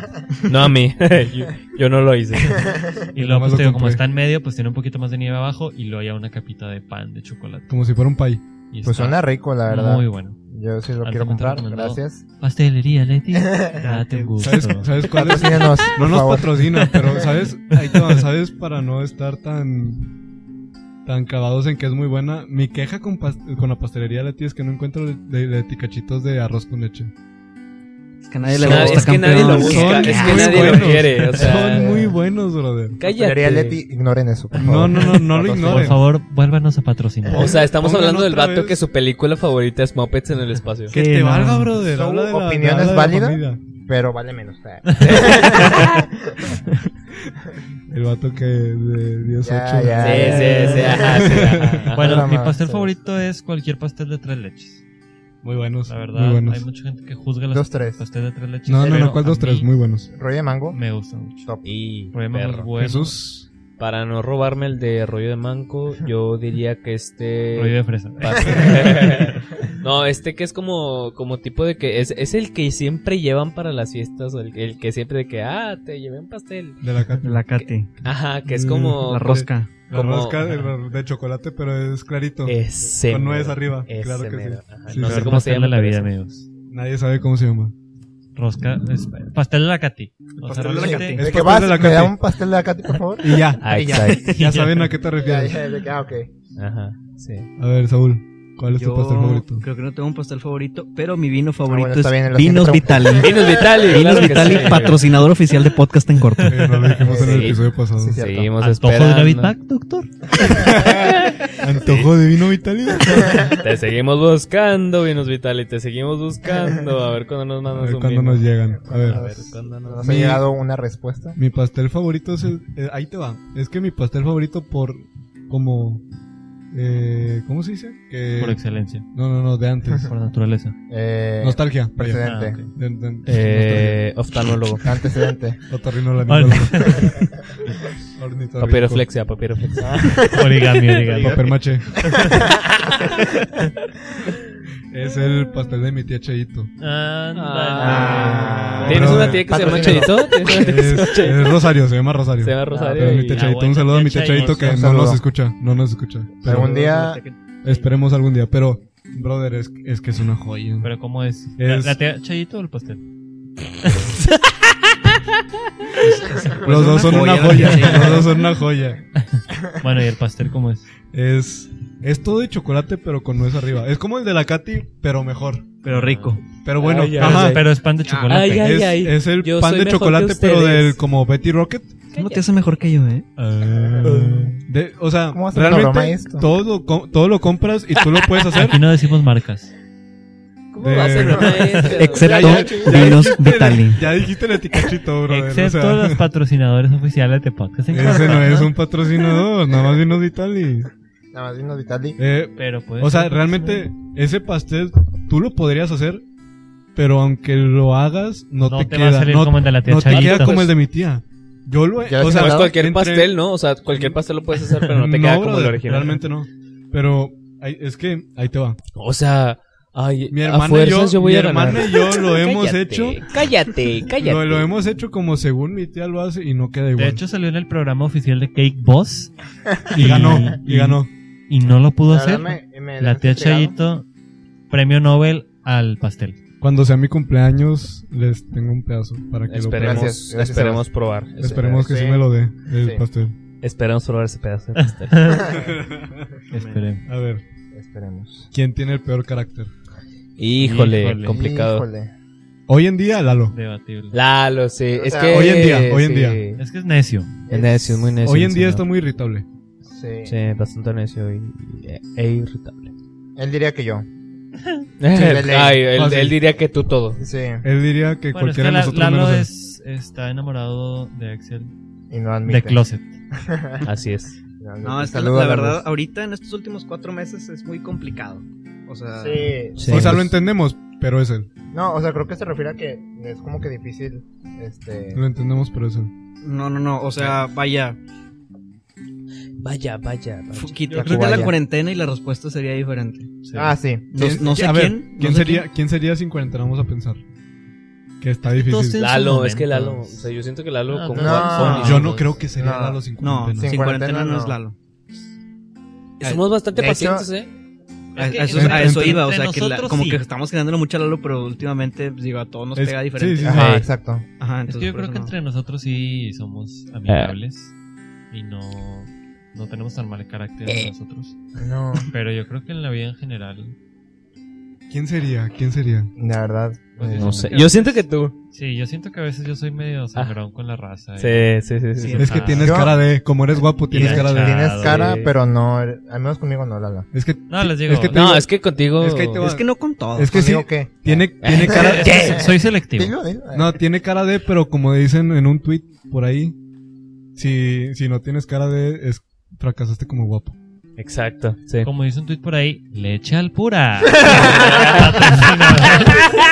No a mí. yo, yo no lo hice. Y Nada luego, más pues, lo te digo, como compré. está en medio, pues tiene un poquito más de nieve abajo y luego ya una capita de pan de chocolate. Como si fuera un pie. Y Pues está suena rico, la verdad. Muy bueno. Yo sí lo Altamente quiero comprar, recomendado. gracias. Pastelería Leti, date un gusto. ¿Sabes, ¿Sabes cuál es? Patrocínanos, No Pues por nos favor. patrocina, pero ¿sabes? Ahí te va, ¿sabes? Para no estar tan tan cavados en que es muy buena. Mi queja con, pas- con la pastelería Leti es que no encuentro de, de- de ticachitos de arroz con leche. Es que nadie le Na- gusta, es que nadie lo campeón. busca. Son Es que muy nadie lo buenos. quiere. O sea, Son muy buenos, brother. cállate. Pastelería Leti, ignoren eso, por No, favor. no, no, no lo Patrocínanos. Por ignoren. favor, vuélvanos a patrocinar. O sea, estamos Pongan hablando del otra vato vez. que su película favorita es Muppets en el espacio. Que Sí, te no. valga, brother. Son habla de la- opiniones habla de la válidas. comida. Pero vale menos. eh. El vato que de 18. Ya, ya. Sí, sí, Ah, sí, ajá, sí, ajá, ajá. Bueno, Nada mi más, pastel sí. favorito es cualquier pastel de tres leches. Muy buenos. La muy verdad, buenos. hay mucha gente que juzga las Dos, tres. pastel de tres leches. No, no, pero no, ¿cuál dos, a tres? mí Muy buenos. Rollo de mango. Me gusta mucho. Top. Y Problema muy perro. bueno. Jesús. Para no robarme el de rollo de manco, yo diría que este. Rollo de fresa. Eh, Pas- no, este que es como, como tipo de que es, es el que siempre llevan para las fiestas, o el, el que siempre de que, ah, te llevé un pastel. De la cat- La Katy. Ajá, que es Mm, como... La rosca. la Como- rosca de, de chocolate, pero es clarito. Ese Con nuez mero, arriba, ese claro que sí. mero, ajá, Sí, no sí, sé sí. cómo se llama la pero vida, ese- amigos. Nadie sabe cómo se llama. Rosca. es- pastel de la Katy. O sea, Pastel de la realmente- Katy. ¿De Es qué pastel vas? de la ¿Me da Katy. un pastel de la Katy, por favor? Y ya. Ah, Ahí ya. exacto. Ya saben a qué te Ya, refieres. ya, de que, ah, ok. Ajá, sí. A ver, Saúl, ¿cuál es tu Yo este pastel favorito? creo que no tengo un pastel favorito, pero mi vino Ah, favorito bueno, está bien, en es la Vinos siguiente Vitali. Vinos Vitali, claro Vinos que Vitali, sí. patrocinador oficial de podcast en corto. Eh, no lo dijimos en el Sí. episodio pasado. Sí, sí. Cierto. Seguimos ¿Antojo de esperando. una Big Mac, doctor? Antojo de vino vitalidad. Te seguimos buscando, Vinos Vitali, te seguimos buscando. A ver cuándo nos A mandas ver un cuándo vino. nos llegan. A A ver. ver cuándo nos... Nos ha Mi- llegado una respuesta. Mi pastel favorito es el. eh, ahí te va. Es que mi pastel favorito por. Como. Eh, ¿Cómo se dice? Que- Por excelencia. no, no, no, de antes. Por naturaleza. Eh, Nostalgia. vaya. precedente. De- de- Eh, oftalmólogo. Antecedente. nostalgia. Otorrinolaringólogo. Ornitorrinco. Papiroflexia, papiroflexia. Origami, origami. Papermache. es el pastel de mi tía Cheito. Ah. Ah. ¿Tienes Pero, una tía que se llama patrocínio. Chayito? ¿Tienes una tía que se Es, llama Chayito? es Rosario, se llama Rosario. Se llama Ah, Rosario. Pero mi y- tía Chayito, un aguanta, saludo a mi tía tía Chayito Chayo. que Un no nos saludo. escucha, no nos escucha. Pero Algún día. Esperemos algún día, pero brother, es, es que es una joya. Pero ¿cómo es? ¿La, Es- la tía Chayito o el pastel? Los dos son una joya, sí. los dos son una joya. Bueno, ¿y el pastel cómo es? Es es todo de chocolate pero con nuez arriba. Es como el de la Katy, pero mejor. Pero rico. Pero bueno, Ay, ay, ajá. ay. Pero es pan de Ay, chocolate. ay. es, es el yo pan soy de mejor que chocolate pero ustedes. del como Betty Rocket. ¿Cómo te hace mejor que yo, eh? De- o sea, Ah. ¿Cómo haces una broma realmente esto? todo lo com- todo lo compras y tú lo puedes hacer. Aquí no decimos marcas. ¿Cómo va a ser de- una maestra? Ya, Excepto ya, ya Vinos dijiste- Vitali. Ya dijiste el eticachito, brother. o sea. Excepto los patrocinadores oficiales de podcast. en Ese corto. no es un patrocinador, nada más vino Vitali. Nada más vino Vitali. Eh, Pero puede o sea, ser. realmente ese pastel tú lo podrías hacer, pero aunque lo hagas, no, No te, te va a queda, salir no, como el de la tía no te Chayito. queda como Pues- el de mi tía. Yo lo he, Ya o se sea, me Pues cualquier entre- pastel, ¿no? O sea, cualquier pastel lo puedes hacer, pero no te queda como el brother, original. Realmente no. Pero ay, es que ahí te va. O sea, ay, Mi a hermana y yo, fuerzas yo voy mi a ganar. hermana y yo lo hemos hecho, Cállate, cállate. lo, lo hemos hecho como según mi tía lo hace y no queda igual. De hecho, salió en el programa oficial de Cake Boss. y ganó, y ganó. Y no lo pudo La hacer. verdad me- me La dejaste este tía pegado. Chayito, premio Nobel al pastel. Cuando sea mi cumpleaños les tengo un pedazo para que lo Esperemos, prueben. Gracias, gracias, esperemos probar. ese- Esperemos que sí, Sí. me lo dé el Sí. pastel. Esperemos probar ese pedazo de pastel. Esperemos. A ver, Esperemos. ¿quién tiene el peor carácter? Híjole, Híjole. complicado. Híjole. Hoy en día, Lalo. Debatible. Lalo, sí. O Es sea, que. hoy en día, hoy en sí. día. Es que es necio. Es necio, es muy necio. Hoy en el día está señor. muy irritable. Sí. Sí, bastante necio y, e- e irritable. Él diría que yo. de ley. Ay, él, Fácil. él diría que tú todo. Sí. Él diría que Bueno, es que cualquiera la- de nosotros Lalo menos él. es- está enamorado de Axel. Y no admite. De closet. Así es. No, No, es que la, saluda la a verdad, los- ahorita en estos últimos cuatro meses es muy complicado. O sea, Sí. Sí. O sea, lo pues- entendemos, pero es él. No, o sea, creo que se refiere a que es como que difícil. Este. Lo entendemos, pero es él. no, no, no. O sea, vaya, Vaya, vaya. vaya. fu- Yo quita, creo quita que la ya. cuarentena y la respuesta sería diferente. Ah, sí. No, no sé A quién. ver, no ¿quién sé sería, ¿Quién sería sin cuarentena? Vamos a pensar. Que está difícil. Entonces- Lalo, momento. es que Lalo. O sea, yo siento que Lalo. Ah, con no. Juan son- Yo no creo que sería No, Lalo sin No, cuarentena. sin Sin cuarentena cuarentena no es no. Lalo. Somos bastante De hecho- pacientes, ¿eh? A, a Es que eso, entre- a eso entre iba, o sea, que la- nosotros como sí. que estamos generando mucha Lalo, pero últimamente, pues, digo, a todos nos Es- pega sí, diferente. sí, sí. Ajá, Ey. exacto. Ajá, Es entonces que yo por creo que eso no. entre nosotros sí somos amigables y no, no tenemos tan mal carácter Eh. nosotros. No, Pero yo creo que en la vida en general. ¿Quién sería? ¿Quién sería? la verdad. pues, eh, yo No sé. siento que- Yo siento que tú. Sí, yo siento que a veces yo soy medio sangrón con la raza. y- Sí, sí, sí. sí, Sí. sí. Es que Ah. tienes Yo- cara de. Como eres guapo, tienes Mira, cara de. chao. Tienes cara, sí. pero no. Al menos conmigo no, Lala. Es que. No, les digo. Es que te- No, es que contigo. Es que ahí te va. Es que no con todo. Es que sí. ¿Conmigo qué? Tiene, tiene cara. Soy selectivo. Dilo, dilo. No, tiene cara de, pero como dicen en un tweet por ahí, si, si no tienes cara de es- fracasaste como guapo. Exacto, sí. Como dice un tuit por ahí, leche al pura.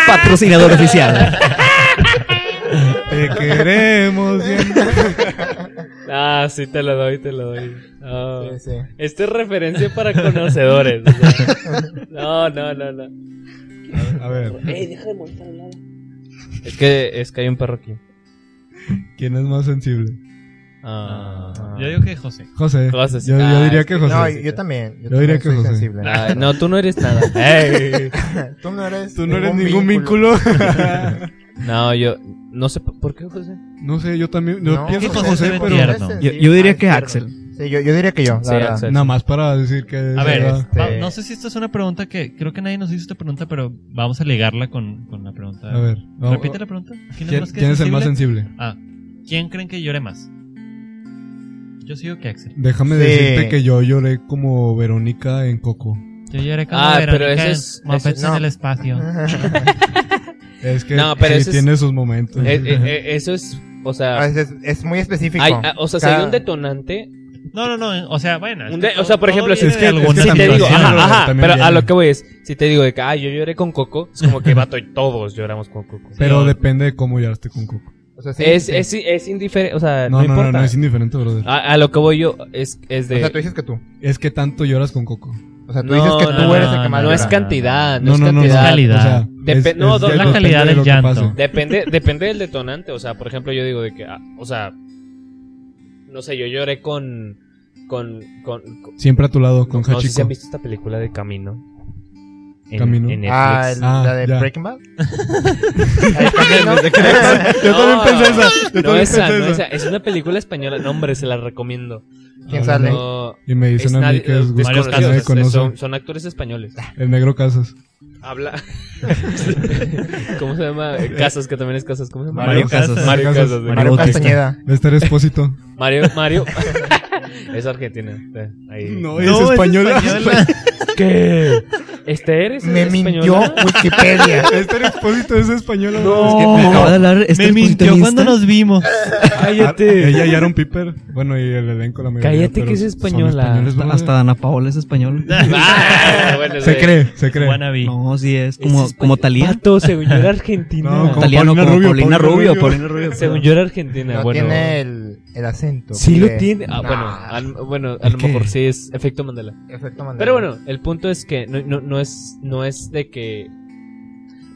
Patrocinador oficial. Te queremos. bien. Ah, sí, te lo doy, te lo doy. Ah. Sí, sí. Esto es referencia para conocedores. o sea. No, no, no, no. A ver, Es que, es que hay un perro aquí. ¿quién es más sensible? Ah. Yo digo que José. José. José, sí. Yo, yo Ah, diría es que que- José. No, yo también. Yo, Yo también diría que soy José. sensible. Ay, no, tú no eres nada. Ey. Tú no eres. Tú no eres ningún vínculo. No, yo no sé por qué, José. no sé, yo también. Yo No, pienso José que José, se pero metía. tierno. Yo, yo diría que Axel. Sí, yo, yo diría que yo. La Sí, verdad. Axel. nada más para decir que. A ver, ¿verdad? va- Este- no sé si esta es una pregunta que creo que nadie nos hizo esta pregunta, pero vamos a ligarla con, con la pregunta. A ver. no, Repite la pregunta. ¿Quién, ¿Quién, es, más que quién es el más sensible? sensible? Ah, ¿quién creen que llore más? Yo sigo que Axel. Déjame Sí. decirte que yo lloré como Verónica en Coco. Yo lloré como Ah, Verónica pero eso en es- Muppets eso- no. en el espacio. Es que No, pero sí ese es- tiene sus momentos. Eh, eh, eh, eso es, o sea, Ah, es, es- es muy específico. hay- ah, o sea, si Cada- hay un detonante, No, no, no. O sea, bueno. es un que de- todo- o sea, por todo ejemplo, si, viene es de que- es alguna que si te digo, situación, ajá, ¿no? ajá, También pero a viene. lo que voy es, si te digo de que, ah, yo lloré con Coco, es como que vato, y todos lloramos con Coco. pero depende de cómo lloraste con Coco. O sea, sí, es, sí. es, es indiferente, o sea, No, no, no, no, no, importa. es indiferente, brother. a, a lo que voy yo es, es O de... sea, tú dices que tú. Es que tanto lloras con Coco. O sea, tú dices que tú no, eres el que no, más no llora. es cantidad, no, No, es no, no, no. cantidad. Calidad. O sea, Depe- es- no, es do- que la depende calidad de del lo que llanto. pase. Depende, depende del detonante. O sea, por ejemplo, yo digo de que, ah, o sea, no sé, yo lloré con. Con. con, con- Siempre a tu lado, con no, sé si Hachiko. han visto esta película de Camino. En, Camino. en Netflix. Ah, el- Ah, la de ya. Breaking Bad. Ahí está, ¿no? Yo también No, pensé esa. Yo No, también esa, pensé no esa. esa. Es una película española. No, hombre, se la recomiendo. ¿Quién Ah, sale? No, Y me es dicen a mí nadie- que es desconocidos, Gustos que nadie o sea, conoce. son, son actores españoles. El negro Casas. Habla. ¿Cómo se llama? Casas, que también es Casas. ¿Cómo se llama? Mario Casas. Mario Casas. de- Mario Mario Bautista. Castañeda. Lester Espósito. Mario, Mario. es argentina. eh, ahí. No, es española. ¿Qué? ¿Este eres? Me mintió española? Wikipedia. Lester Espósito es española. No. Me acaba de hablar este Me mintió cuando nos vimos. Cállate. Ah, Ella y Aaron Piper. Bueno, y el elenco la mayoría. Cállate pero que es son española. españoles, ¿verdad? Hasta Dana Paola es español. Ah, bueno, Se sí. cree, se cree. Wannabe. No, sí es como, Ese es como pa- Talía. Pato, según yo era argentina. No, como Talía no, Paulina como Rubio, Paulina Paulina Rubio. Rubio. Paulina Rubio. Según yo era argentina. No bueno. tiene el, el acento. Sí lo porque- tiene. Ah, Nah, bueno, al- bueno, a ¿Es lo que- mejor sí es efecto Mandela. efecto Mandela. Pero bueno, el punto es que no, no, no es, no es de que.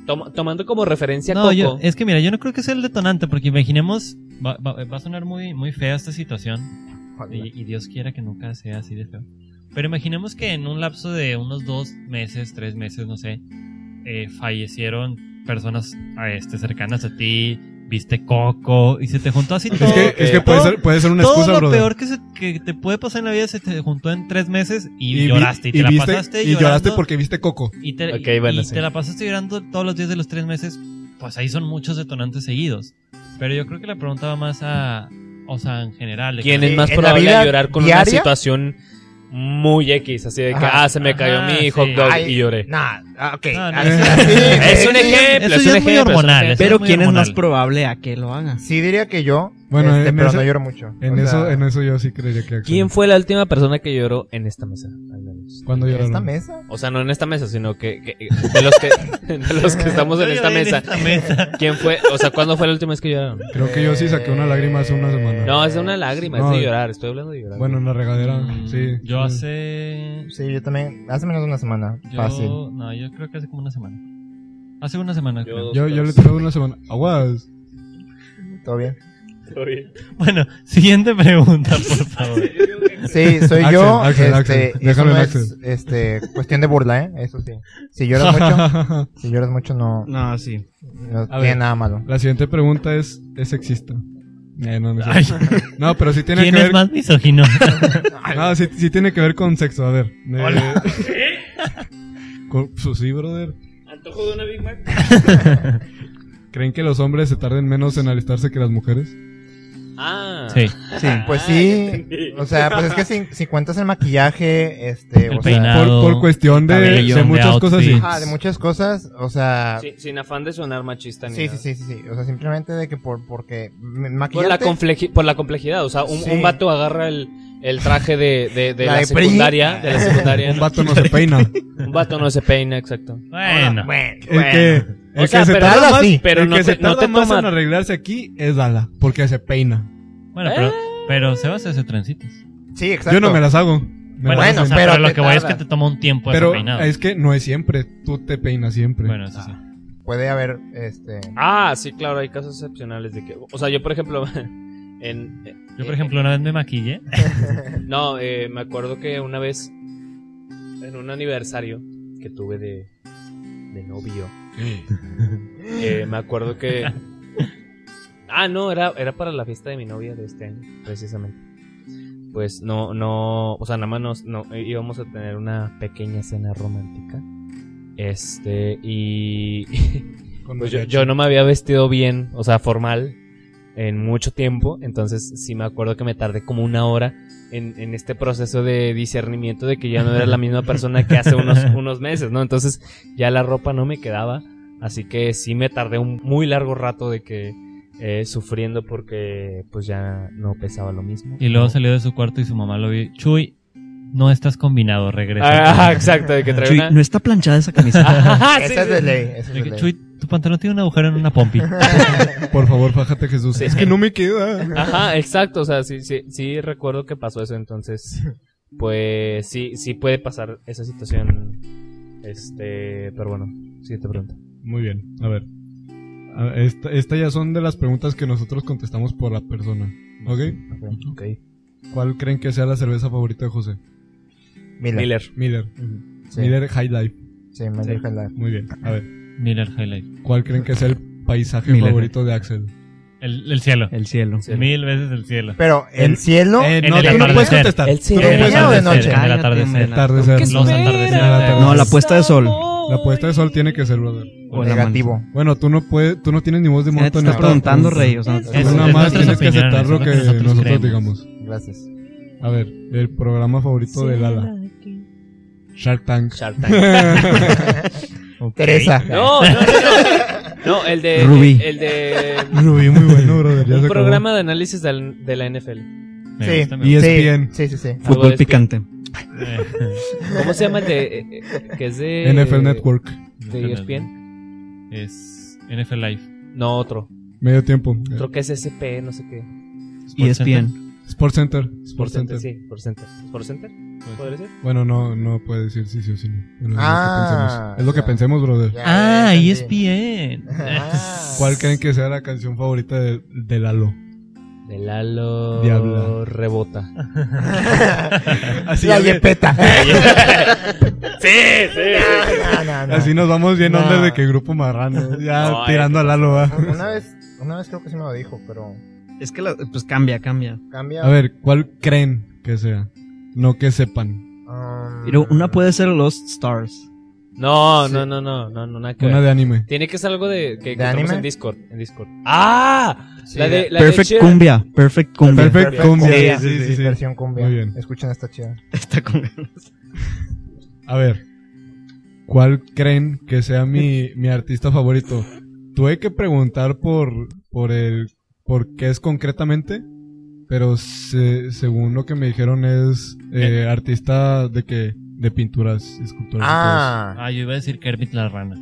toma- tomando como referencia a No, Coco. yo, es que mira, yo no creo que sea el detonante, porque imaginemos, va, va- va a sonar muy, muy fea esta situación, Joder. y, y Dios quiera que nunca sea así de feo. Pero imaginemos que en un lapso de unos dos meses, tres meses, no sé, eh, fallecieron personas a este, cercanas a ti, viste Coco, y se te juntó así todo. Es que, es que puede, ser, puede ser una todo excusa, lo brother. peor que, se- que te puede pasar en la vida se te juntó en tres meses y, vi- lloraste, y te la viste- pasaste y lloraste llorando. porque viste Coco. Y te, Ok, y- bueno, y sí. te la pasaste llorando todos los días de los tres meses, pues ahí son muchos detonantes seguidos. Pero yo creo que la pregunta va más a. O sea, en general. de ¿Quién que- es más en la probable vida a llorar con diaria? una situación muy X? Así de que, Ajá. ah, se me cayó Ajá, mi sí. hot dog Ay, y lloré. Nah, ah, ok. No, no, Así- no. así- Es un sí, ejemplo, eso es ya un es ejemplo. muy es un hormonal, ejemplo. eso Pero muy ¿quién es hormonal. más probable a que lo haga? Sí diría que yo, Bueno, este, en pero eso- no lloro mucho. En, O eso, sea, en eso yo sí creería que. ¿Quién fue la última persona que lloró en esta mesa? Al menos. Cuando ¿en lloraron. esta mesa? O sea, no en esta mesa, sino que, que- de, los que de los que estamos en Yo esta lloré mesa. esta mesa. ¿Quién fue? O sea, ¿cuándo fue la última vez que lloraron? Creo que yo sí saqué una lágrima hace una semana. No, es de una lágrima, No, es de llorar. Estoy hablando de llorar. Bueno, en la regadera, Mm, sí. Yo sí. hace. Sí, yo también. Hace menos de una semana. yo- Fácil. No, yo creo que hace como una semana. Hace una semana, Yo creo. dos. Yo, yo le tuve una semana. Aguas. Todo bien. Bueno, siguiente pregunta, por favor. Sí, soy Axel, yo. Axel, este, Axel. eso Déjalo no en es, Axel. este, cuestión de burla, ¿eh? Eso sí. Si lloras mucho, si lloras mucho no, No, sí. no tiene ver. nada malo. la siguiente pregunta es: ¿es sexista? Eh, no, no, es cierto. No, pero sí tiene ¿Quién que es ver. más misógino? No, sí, sí tiene que ver con sexo. A ver. eh, con- pues sí, brother. ¿Antojo de una Big Mac? ¿Creen que los hombres se tarden menos en alistarse que las mujeres? Ah, Sí. Pues sí. O sea, pues es que si, si cuentas el maquillaje, este, El o peinado. sea, Por, por cuestión de, Cabello, de muchas de cosas, sí. outfit. ajá, de muchas cosas, o sea, Sin, sin afán de sonar machista ni sí, sí, nada. sí, sí, sí. o sea, simplemente de que por porque me- Por la, maquillarte compleji- por la complejidad, o sea, un, Sí. un vato agarra el, el traje de, de- de La la, de PRI. secundaria, de la secundaria. Un vato no se peina. Un vato no se peina, exacto. Bueno. El que, el O sea, que se pero, tarda, tarda nada más- sí. pero el no, que se te, no tarda te más en toman. arreglarse aquí es Dala, porque se peina. Bueno, pero, pero Sebas se hace trencitas. Sí, exacto. Yo no me las hago. Me las Bueno, Bueno, o hacen. sea, pero pero, lo te que voy es que tardas. te toma un pues tiempo ese pero peinado. es que no es siempre. Tú te peinas siempre. Bueno, eso sí. puede haber este Ah, sí, claro, hay casos excepcionales de que... O sea, yo, por ejemplo, en... Yo, por eh, ejemplo, una vez me maquillé. No, eh, me acuerdo que una vez, en un aniversario que tuve de, de novio, eh, me acuerdo que... Ah, no, era, era para la fiesta de mi novia de este año, precisamente. Pues no, no, o sea, nada más nos, no, eh, íbamos a tener una pequeña cena romántica. Este, y... Con Pues yo, mariachi. yo no me había vestido bien, o sea, formal, en mucho tiempo. Entonces sí me acuerdo que me tardé como una hora en, en este proceso de discernimiento de que ya no era la misma persona que hace unos, unos meses, ¿no? Entonces ya la ropa no me quedaba. Así que sí me tardé un muy largo rato de que eh, sufriendo porque pues ya no pesaba lo mismo. Y luego No. salió de su cuarto y su mamá lo vio. Chuy, no estás combinado, regresa. Ah, exacto, de que traía Chuy, una... no está planchada esa camiseta. Ajá, Ah, sí, esa es sí, de sí. ley, esa es De de que, ley. Chuy, tu pantalón tiene un agujero en una pompi. Por favor, bájate, Jesús. Sí. Es que no me queda. Ajá, exacto, o sea, sí, sí, sí recuerdo que pasó eso, entonces, pues sí, sí puede pasar esa situación, este, pero bueno, siguiente pregunta. Muy bien, a ver. A- Esta, esta ya son de las preguntas que nosotros contestamos por la persona. ¿Ok? Ok. ¿Cuál creen que sea la cerveza favorita de José? Miller. Miller. Miller. Sí, Miller High Life. sí, Miller Sí. Highlight. Muy bien. A ver. Miller Highlight. ¿Cuál creen que sea el paisaje Miller. favorito de Axel? El, el cielo. El cielo. Cielo. Mil veces el cielo. Pero el El- cielo Eh, En no, el tú no puedes atardecer. contestar. El Tú no cielo. puedes ¿De día o de contestar. noche? En el Cállate, atardecer. hombre. Atardecer. Los atardeceres. Eh, No, la puesta de sol. La puesta de sol tiene que ser, brother. O la negativo. Bueno, tú no puedes, tú no tienes ni voz de manzana. Ya te monto en estás esta. preguntando, Rey. O sea, no te Tú Es- nada más es nuestras tienes que opiniones, aceptar lo es lo que que nosotros nosotros creemos. digamos. Gracias. A ver, el programa favorito de Lala. Shark Tank. Shark Tank. Teresa. No, no, no, no. No, el de... Rubí. El de... Lo vi muy bueno, brother. ya se Un acabó. programa de análisis del- de la NFL. Me Sí. gusta, me Y gusta. es sí, bien. Sí, sí, sí. Algo Fútbol de- picante. ¿Cómo se llama el de... eh, eh, que es de... NFL Network. E ¿De E ESPN? Es NFL Live. No, otro. Medio tiempo. Otro que es SP, no sé qué. Y Sports es Center. bien. Sports Center. Por Sports center, Center. sí. Por center. ¿Por center? Pues, ¿Podría ser? Bueno, no, no puede decir sí, sí o sí. no. Bueno, Ah, es lo que ya. pensemos. Es lo que pensemos, brother. Ya, Ah, ya entendí. ESPN. Ah. ¿Cuál creen que sea la canción favorita de, de Lalo? El halo Diabla. rebota. Así, La ya ve- yepeta. sí, sí. No, no, no. así nos vamos bien No. onda de que grupo marrano. Ya No, tirando a Lalo, va. Una vez, una vez creo que sí me lo dijo, pero Es que la- pues cambia, cambia. cambia. A ver, ¿cuál creen que sea? No que sepan. um, Pero una puede ser Lost Stars. No, Sí. no, no, no, no, no, nada que Una ver. de anime. Tiene que ser algo de que encontramos anime? en Discord, en Discord. Ah, sí, la de la Perfect de Cher- Cumbia. Perfect Cumbia. Perfect Cumbia. Sí, sí, sí, sí. Versión cumbia. Muy bien. Escuchen esta chida. Está con ganas. A ver, ¿cuál creen que sea mi, mi artista favorito? Tuve que preguntar por, por el, por qué es concretamente, pero se- según lo que me dijeron es eh, artista de que, de pinturas, esculturas. Ah. Ah, yo iba a decir Kermit la rana.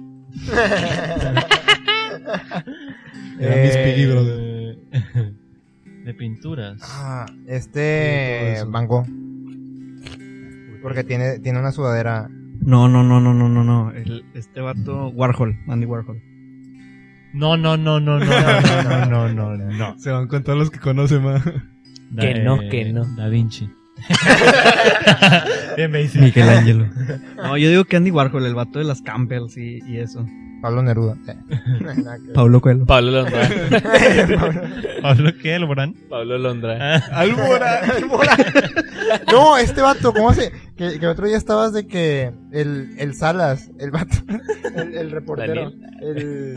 y todo eso. Era Miss Piggy, eh. brother. De pinturas. Ah, Sí, todo este eso. Van Gogh. Porque tiene, tiene una sudadera. No, no, no, no, no, no, no. El- este vato, Warhol, Andy Warhol. No, no, no, no, no, no, no, no, no, no. Se van con todos los que conocen más. Que no, que no. Da Vinci. Bien, me dice. Michelangelo. No, yo digo que Andy Warhol, el vato de las Campbells y, y eso. Pablo Neruda. Eh, nada que ver. Pablo Coelho. Pablo Londra. Pablo que el Bran. Pablo Londra. Albora, Albora. No, este vato, ¿cómo se? Que, que el otro día estabas de que el, el Salas, el vato, el el, el reportero. El...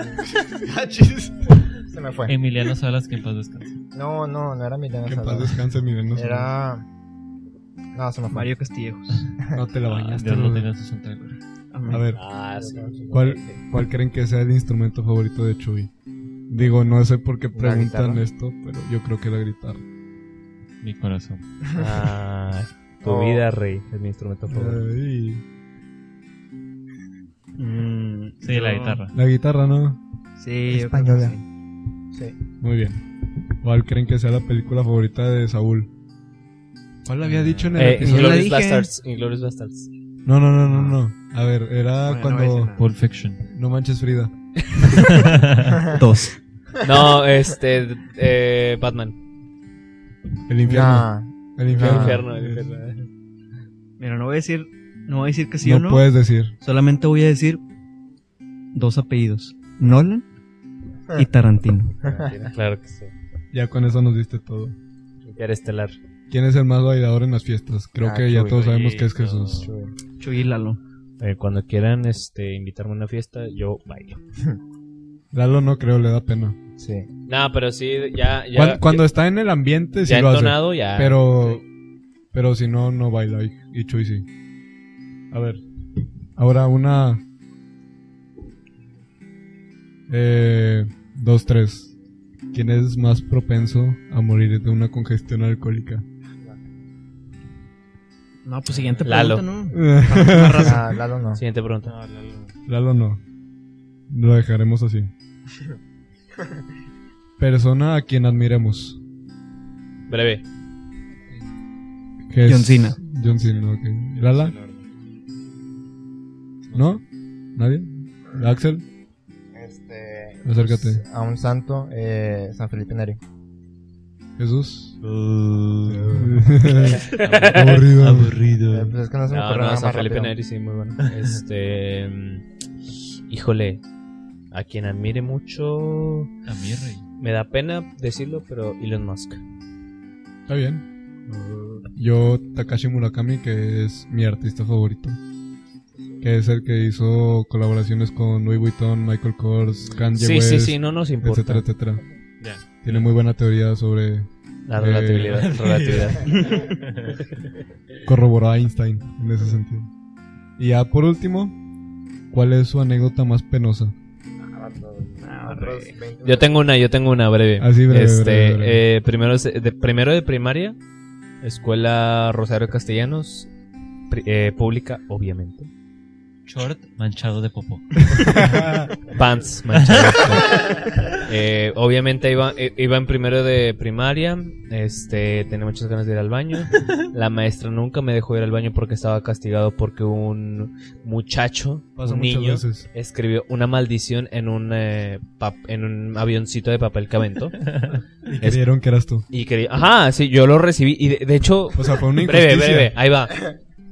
Ah, Se me fue. Emiliano Salas, que en paz descanse. No, no, no era Emiliano Que en paz Saldaña. descanse, Miguel. No, se- Era. No, se me fue. Mario Castillejos. no te la bañaste. Ah, Dios lo güey. tenga en su santa gloria. A ver, Ah, sí. ¿cuál, ¿cuál creen que sea el instrumento favorito de Chuy? Digo, no sé por qué preguntan guitarra? esto, pero yo creo que la guitarra. Mi corazón. Ah, tu Oh. vida, rey, es mi Eh, instrumento favorito. Ay, Sí, la guitarra. la guitarra, ¿no? Sí, yo creo que Española. sí. Sí. Muy bien. ¿Cuál creen que sea la película favorita de Saúl? ¿Cuál la había dicho en el Eh, episodio? yo la Inglourious dije. Bastards. Inglourious Bastards. No, no, no, no, no. A ver, era Bueno, no voy a decir cuando... nada. Pulp Fiction. No manches Frida. Dos. No, este. eh, Batman. El infierno. Nah. El infierno. Ah. Infierno, el infierno. Mira, no voy a decir, no voy a decir que sí no, o no. puedes decir. Solamente voy a decir dos apellidos: Nolan y Tarantino. Claro que sí. Ya con eso nos diste todo. Interestelar. ¿Quién es el más bailador en las fiestas? Creo Ah, que ya Chuy, todos sabemos que es Chuy, no. Jesús. Chuy y Lalo. Eh, cuando quieran este, invitarme a una fiesta, yo bailo. Lalo no creo, le da pena. Sí. No, pero sí, ya. ya Cuan- cuando está en el ambiente, ya sí lo hace. entonado, ya. Pero, pero si no, no baila. Y, y Chuy sí. A ver. Ahora una. Eh, dos, tres. ¿Quién es más propenso a morir de una congestión alcohólica? No, pues siguiente Lalo. pregunta, ¿no? Ah, Lalo no. Siguiente pregunta. Lalo no. Lo dejaremos así. Persona a quien admiremos. Breve. que es- John Cena. John Cena, ok. Lala, ¿no? ¿Nadie? ¿Axel? Este. Acércate. A un santo, eh, San Felipe Neri. ¿Jesús? Uh. Aburrido. Eh, Aburrido. pues es que no se me No, ocurre no, nada San más Felipe rápido. Neri, sí, muy bueno. Este. mm, híjole. A quien admire mucho. A mí, rey. Me da pena decirlo, pero Elon Musk. Está bien. Yo, Takashi Murakami, que es mi artista favorito. Que es el que hizo colaboraciones con Louis Vuitton, Michael Kors, Kanye Sí, West, sí, sí, no este nos importa. etcétera, etcétera. Tiene muy buena teoría sobre La Eh, relatividad. relatividad. corroboró a Einstein en ese sentido. Y ya por último, ¿cuál es su anécdota más penosa? Yo tengo una, yo tengo una breve. Ah, sí, breve, este, breve, breve. eh, primero, se- de, primero de primaria, escuela Rosario Castellanos, pri- eh, pública, obviamente. Short manchado de popó. Pants manchados. Eh, obviamente iba, eh, iba en primero de primaria, este, tenía muchas ganas de ir al baño. La maestra nunca me dejó ir al baño porque estaba castigado porque un muchacho, Pasa un muchas niño, veces. escribió una maldición en un, eh, pap- en un avioncito de papel cavento. Y Es- creyeron que eras tú. Y quería. Ajá, sí, yo lo recibí. Y de, de hecho. O sea, fue una Breve, injusticia. breve, ahí va.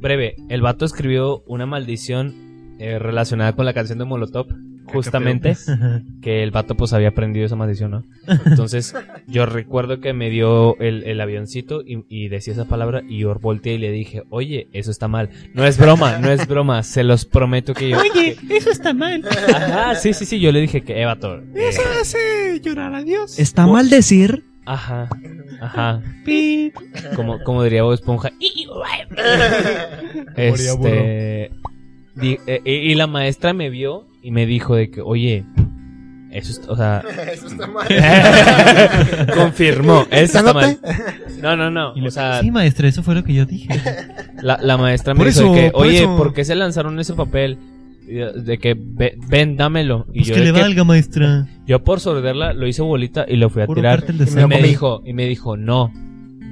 Breve. El vato escribió una maldición eh, relacionada con la canción de Molotov. Justamente. Que el vato pues había aprendido esa maldición, ¿no? Entonces, yo recuerdo que me dio el, el avioncito y, y decía esa palabra. Y yo volteé y le dije, oye, eso está mal. No es broma, no es broma. Se los prometo que yo. Oye, eso está mal. Ajá, sí, sí, sí. Yo le dije que, eh, vato. eh, Está mal decir. Ajá, ajá. Como, como diría Bob Esponja. Moría Este, di- eh, y, y la maestra me vio y me dijo de que, oye, eso está, o sea, Eso está mal. confirmó, eso está mal. ¿Sanote? No, no, no. O sea, Sí, maestra, eso fue lo que yo dije. la, la maestra me Por dijo eso, de que, por oye, eso. ¿por qué se lanzaron ese papel? Y yo- De que, "Ve- ven, dámelo. Y Pues yo, que de le que- valga, maestra. yo por sorderla lo hice bolita y lo fui a Puro tirar. cartel de Y sangre. me dijo, y me dijo, no,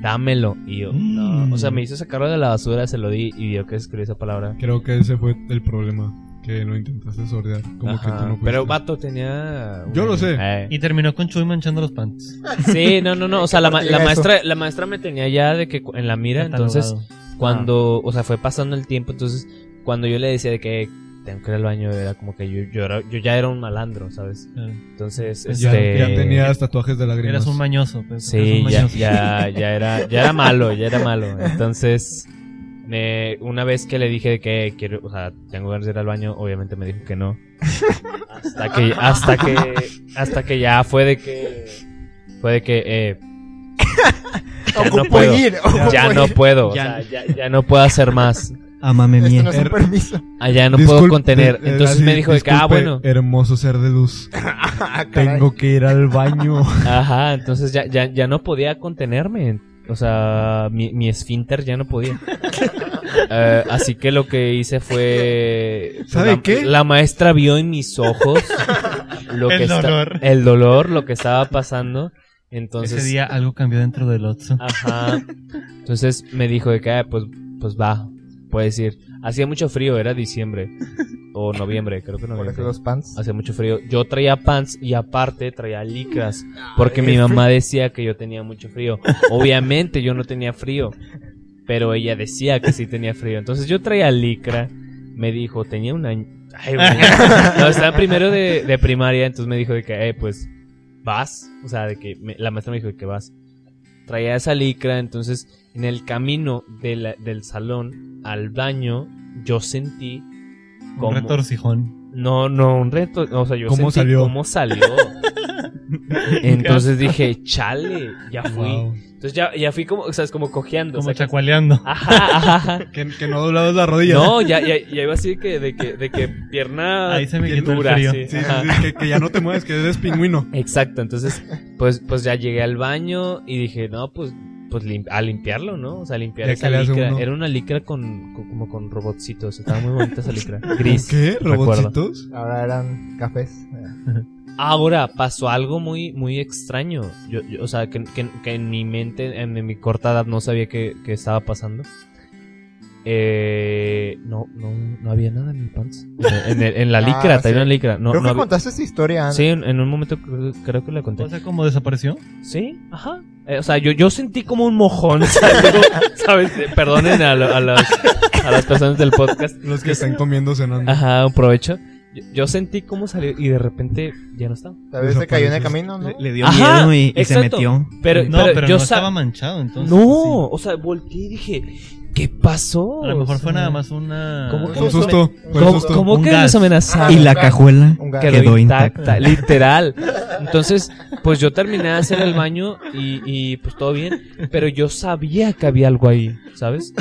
dámelo. Y yo, Mm. no. O sea, me hizo sacarlo de la basura, se lo di y vio que escribí esa palabra. Creo que ese fue el problema. Que lo intentaste sordear. Como que Ajá. tú no fuiste. Pero vato tenía. Yo lo sé. Eh. Y terminó con Chuy manchando los pants. Sí, no, no, no. O sea, la, ma- Llega la eso. maestra, la maestra me tenía ya de que cu- en la mira. Entonces, Ah. cuando, o sea, fue pasando el tiempo. Entonces, cuando yo le decía de que tengo que ir al baño, era como que yo, yo, era- yo ya era un malandro, ¿sabes? Claro. Entonces, Ah. ya, este. ya tenías tatuajes de lágrimas. Eras un mañoso. pues, eras Sí, un ya, mañoso. ya, ya era, ya era malo, ya era malo. Entonces, me, una vez que le dije de que quiero, o sea, tengo ganas de ir al baño, obviamente me dijo que no. Hasta que, hasta que, hasta que ya fue de que, fue de que, eh, ya no Ocupo puedo, ir. ocupo ya no ir. puedo, o Ya. sea, ya, ya no puedo hacer más, Amame Esto mía. no es un Er- permiso. allá no puedo Disculpe, contener. eh, Entonces así, me dijo de que, ah, disculpe, bueno, Hermoso ser de luz. Ah, caray. Tengo que ir al baño. ajá, entonces ya, ya, ya no podía contenerme. O sea, mi, mi esfínter ya no podía. Eh, así que lo que hice fue. pues, ¿Sabe la, qué? La maestra vio en mis ojos lo El que esta- dolor. el dolor, lo que estaba pasando. Entonces. Ese día algo cambió dentro del Otso. Ajá. Entonces me dijo de que, "Ah, pues, pues va, puedes ir. Hacía mucho frío, era diciembre. O noviembre, creo que Por eso noviembre. los pants. Hacía mucho frío. Yo traía pants y aparte traía licras. Porque mi mamá decía que yo tenía mucho frío. Obviamente yo no tenía frío. Pero ella decía que sí tenía frío. Entonces yo traía licra. Me dijo, tenía un año. Ay, güey. No, estaba en primero de, de primaria. Entonces me dijo de que, eh, pues, vas. O sea, de que me- la maestra me dijo de que vas. Traía esa licra. Entonces en el camino de la- del salón al baño, yo sentí Un como. retorcijón. No, no, un reto. O sea, yo ¿Cómo sentí salió? cómo salió. Entonces dije, chale, ya fui. Wow. Entonces ya, ya fui como, o sea, es como cojeando. o Como sea, que- chacualeando. Ajá, ajá, ajá. Que, que no doblabas la rodilla. No, ya, ya, ya iba así de que, de que, de que pierna Ahí se me bien quitó el dura, frío. sí, Sí, sí, ajá. sí, que, que ya no te mueves, que eres pingüino. Exacto, entonces, pues, pues ya llegué al baño y dije, no, pues, pues lim- a limpiarlo, ¿no? O sea, a limpiar Ya esa que le hace licra. uno. Era una licra con, con- como con robotcitos. Estaba muy bonita esa licra. Gris. ¿Qué? recuerdo. ¿Robotcitos? Ahora eran cafés. Ahora pasó algo muy, muy extraño. Yo, yo- o sea, que, que- que en mi mente, en, mi corta edad, no sabía que, que estaba pasando. Eh, no, no, no había nada en mi pants. En, en- en la Ah, licra, sí. traía una licra. No, Creo no que había- contaste esa historia. Sí, en, en un momento creo, creo que la conté. Pues, O sea, como desapareció. Sí, ajá. Eh, o sea, yo, yo sentí como un mojón salió, ¿sabes? Eh, Perdonen a, lo- a las- a las personas del podcast. Los que están comiendo cenando. Ajá, un provecho. Yo, yo sentí cómo salió y de repente ya no estaba. Tal vez se cayó en el Desapareció. camino, ¿no? Le, le dio Ajá, miedo y, y se exacto. metió. Pero, no, pero, yo no sa- estaba manchado entonces. No, o sea, volteé y dije, ¿qué pasó? sí. A lo mejor O fue sea, nada más una. ¿Cómo Un susto. Fue un ¿Cómo, susto. cómo Un que gas. nos amenazaron? Y la gas. cajuela. Un gato. quedó, Ah, quedó intacta, intacta. literal. Entonces, pues yo terminé de hacer el baño y, y, pues todo bien, pero yo sabía que había algo ahí, ¿sabes?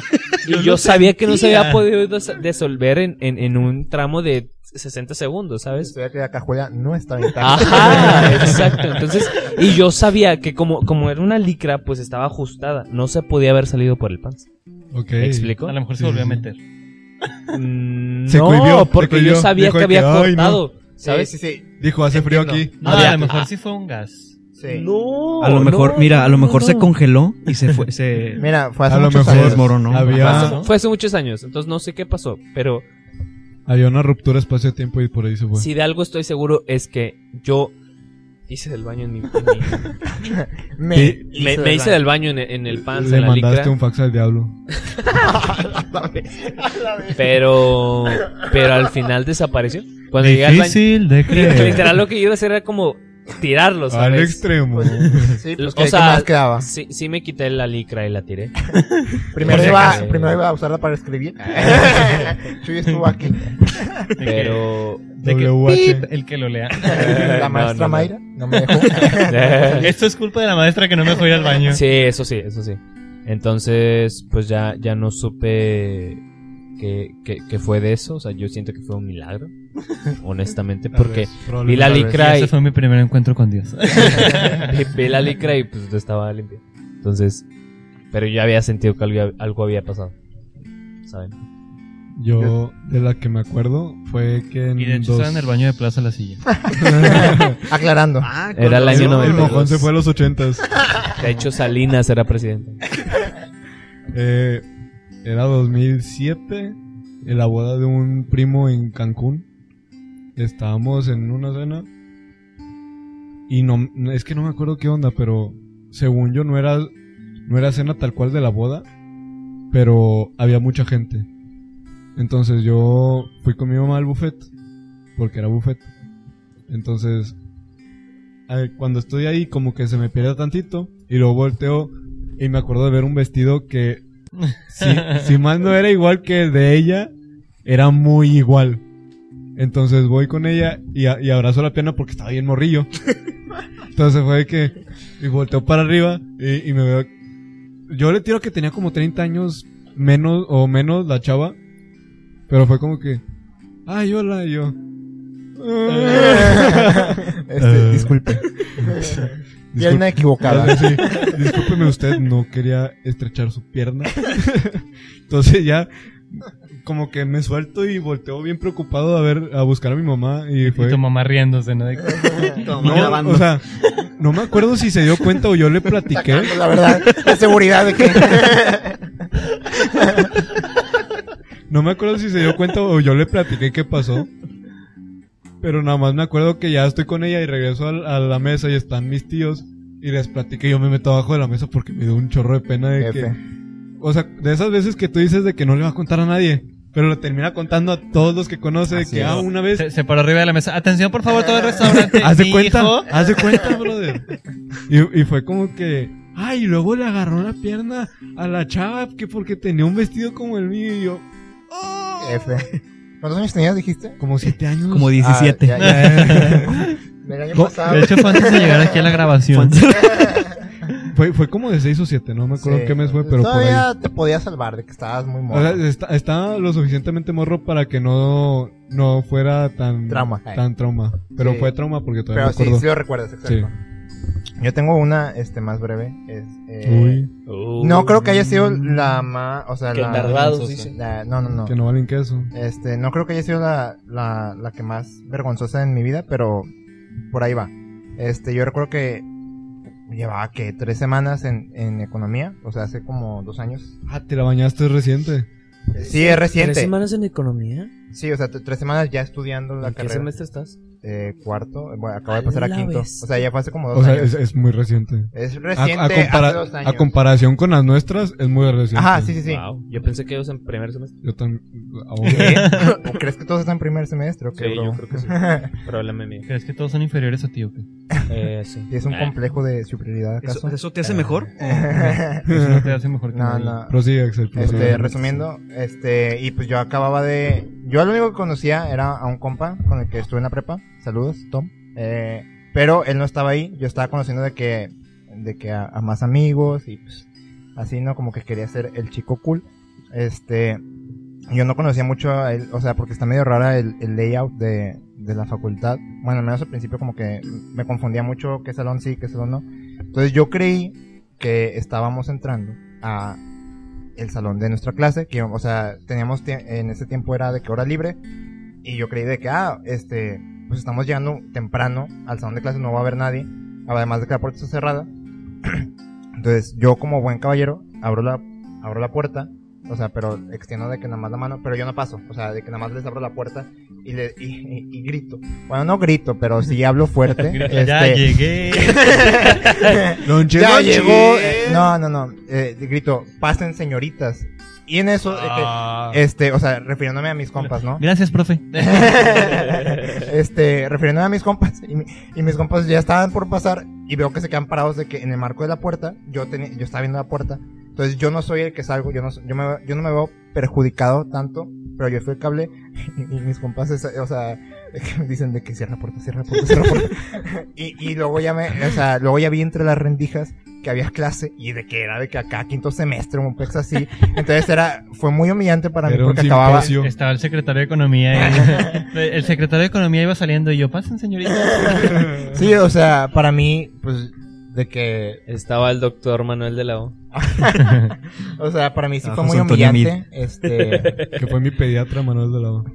Y yo, Yo lo sabía que no se había sentía. podido des- disolver en, en, en un tramo de 60 segundos, ¿sabes? Historia que la cajuela no estaba intacta. Ajá, exacto. Entonces, y yo sabía que como, como era una licra, pues estaba ajustada. No se podía haber salido por el pants. Ok. ¿Me explico? A lo mejor se Sí, volvió a sí, sí. meter. Mm, Se no, cohibió, se porque yo cohibió. sabía Dijo que había que, "Ay, no". cortado, ¿Sabes? ¿sabes? Sí, sí, Dijo, hace frío aquí. No, Había- a lo mejor sí fue un gas. sí. sí. No. A lo mejor, no, mira, a lo no, mejor no. se congeló y se fue. Se... Mira, fue hace A lo muchos mejor años. desmoronó. Fue Había, hace, fue hace muchos años, entonces no sé qué pasó, pero había una ruptura espacio-tiempo y por ahí se fue. si de algo estoy seguro es que yo hice del baño en mi... en mi- Me, Sí, me, me hice del baño en, el- en el pants, Le en la mandaste licra, un fax al diablo. pero, pero al final desapareció. Cuando llegué al baño, Difícil de creer. literal lo que iba a hacer era como tirarlo, al ¿sabes? extremo. Sí, O pues, ¿qué, qué sea, más quedaba? Sí, sí me quité la licra y la tiré. Primero sí, iba, sí. primero iba a usarla para escribir. Chuy estuvo aquí. De que- Pero... de que- WH. el que lo lea. La Eh, No, maestra no, no. Mayra no me dejó. Esto es culpa de la maestra que no me fue al baño. Sí, eso sí, eso sí. Entonces, pues ya, ya no supe que, que, que fue de eso. O sea, yo siento que fue un milagro, honestamente, Tal porque vez, vi la probablemente. licra y, Ese fue mi primer encuentro con Dios. vi- vi la licra y pues estaba limpia. Entonces, pero yo había sentido que algo, algo había pasado. ¿Saben? Yo, de la que me acuerdo, fue que en Y de hecho dos- estaba en el baño de Plaza La Silla. Aclarando. Ah, con Era el año razón. el 92. mojón se fue a los ochentas. De hecho, Salinas era presidente. Eh, era 2007, en la boda de un primo en Cancún. Estábamos en una cena y no es que no me acuerdo qué onda, pero según yo no era no era cena tal cual de la boda, pero había mucha gente. Entonces yo fui con mi mamá al buffet porque era buffet. Entonces eh, cuando estoy ahí como que se me pierde tantito y luego volteo y me acuerdo de ver un vestido que, si, si mal no era igual que el de ella, era muy igual. Entonces voy con ella y, a- y abrazo la pierna porque estaba bien morrillo. Entonces fue de que. Y volteo para arriba y, y me veo. Yo le tiro que tenía como 30 años menos o menos la chava. Pero fue como que. Ay, hola, y yo. Eh, Este, disculpe. Ya hay una equivocada. Ah, Sí, Discúlpeme usted, no quería estrechar su pierna. Entonces ya como que me suelto y volteo bien preocupado a ver a buscar a mi mamá y fue Y tu mamá riéndose, ¿no? De- Toma, no, grabando. o sea, no me acuerdo si se dio cuenta o yo le platiqué. La verdad, la seguridad de que. No me acuerdo si se dio cuenta o yo le platiqué qué pasó. Pero nada más me acuerdo que ya estoy con ella y regreso al- a, la mesa y están mis tíos. Y les platiqué, yo me meto abajo de la mesa porque me dio un chorro de pena de que... F. O sea, de esas veces que tú dices de que no le va a contar a nadie, pero lo termina contando a todos los que conoce, de Así que es. ah, una vez. Se, se paró arriba de la mesa. Atención, por favor, todo el restaurante. Haz de Mi cuenta, hijo. haz de cuenta, brother. Y, y fue como que, ay, y luego le agarró la pierna a la chava que porque tenía un vestido como el mío y yo, F. ¿Cuántos años tenías, dijiste? como siete años. Como 17. Ah, ya, ya. Del año pasado. De hecho, fue antes de llegar aquí a la grabación. Fue, fue como de seis o siete, no me acuerdo Sí. qué mes fue, pero por ahí. Todavía te podías salvar de que estabas muy O sea, morro. está, está lo suficientemente morro para que no, no fuera tan Trauma. Tan trauma. Pero Sí. fue trauma porque todavía Pero me sí, acuerdo. sí lo recuerdas, exacto. Yo tengo una este, más breve. Es, eh, Uy, No creo que haya sido la más. O sea, Que la. tardados, Sosa. dice. la- no, no, no. que no valen queso. Este, no creo que haya sido la, la, la que más vergonzosa en mi vida, pero por ahí va. Este, yo recuerdo que llevaba que tres semanas en, en economía, o sea, hace como dos años. Ah, te la bañaste reciente. Sí, es ¿Tres reciente. semanas en economía? Sí, o sea, t- tres semanas ya estudiando la ¿En qué carrera. semestre estás? Eh, cuarto, eh, bueno, acabo A de pasar a la quinto. bestia. O sea, ya fue hace como dos O sea, años. es, es muy reciente. Es, A- reciente, a, compara- hace dos años. a comparación con las nuestras, es muy reciente. Ajá, sí, sí, sí. Wow. Yo pensé que ellos en primer semestre. Yo también. ¿Qué? ¿O ¿Crees que todos están en primer semestre o qué, Sí, bro? yo creo que sí. Problema mío. ¿Crees que todos son inferiores a ti o qué? Eh, sí. ¿Es un Ah. complejo de superioridad acaso? ¿Eso, eso te hace mejor? Eso no te hace mejor que no, nadie. no. Prosigue, Axel. prosigue. Este, resumiendo, este, y pues yo acababa de. Yo lo único que conocía era a un compa con el que estuve en la prepa. Saludos, Tom. Eh, pero él no estaba ahí. Yo estaba conociendo de que. De que a, a más amigos y pues. Así, ¿no? Como que quería ser el chico cool. Este. Yo no conocía mucho a él, o sea, porque está medio rara el, el layout de, de la facultad. Bueno, al menos al principio como que me confundía mucho qué salón sí, qué salón no. Entonces yo creí que estábamos entrando a el salón de nuestra clase, que o sea, teníamos tie- en ese tiempo era de que hora libre y yo creí de que ah, este, pues estamos llegando temprano al salón de clases, no va a haber nadie, además de que la puerta está cerrada. Entonces, yo como buen caballero abro la abro la puerta, o sea, pero extiendo de que nada más la mano, pero yo no paso, o sea, de que nada más les abro la puerta y le y, y- y grito. Bueno, no grito, pero sí hablo fuerte. Grita, Ya este, llegué. Lonche, ya lonche. llegó. eh, no, no, no. eh, grito, pasen señoritas. Y en eso, Ah. eh, este, o sea, refiriéndome a mis compas, ¿no? Gracias, profe. este, refiriéndome a mis compas. Y, mi- y mis compas ya estaban por pasar. Y veo que se quedan parados de que en el marco de la puerta. Yo, tenía- yo estaba viendo la puerta. Entonces yo no soy el que salgo. Yo no, so- yo me- yo no me veo perjudicado tanto. Pero yo fui el cable. Y, y mis compas, es- o sea, que me dicen de que cierra la puerta, cierra la puerta, cierra la puerta. y, y luego ya me, o sea, luego ya vi entre las rendijas que había clase y de que era de que acá quinto semestre, un pex así. Entonces era, fue muy humillante para mí Era un porque acababa, este simposio. Estaba el secretario de Economía. y- el secretario de Economía iba saliendo y yo, pasen, señorita. Sí, o sea, para mí, pues, de que, Estaba el doctor Manuel de la O. o sea, para mí sí Ah, fue Ajá, muy es Antonio humillante. Este, Que fue mi pediatra Manuel de la O.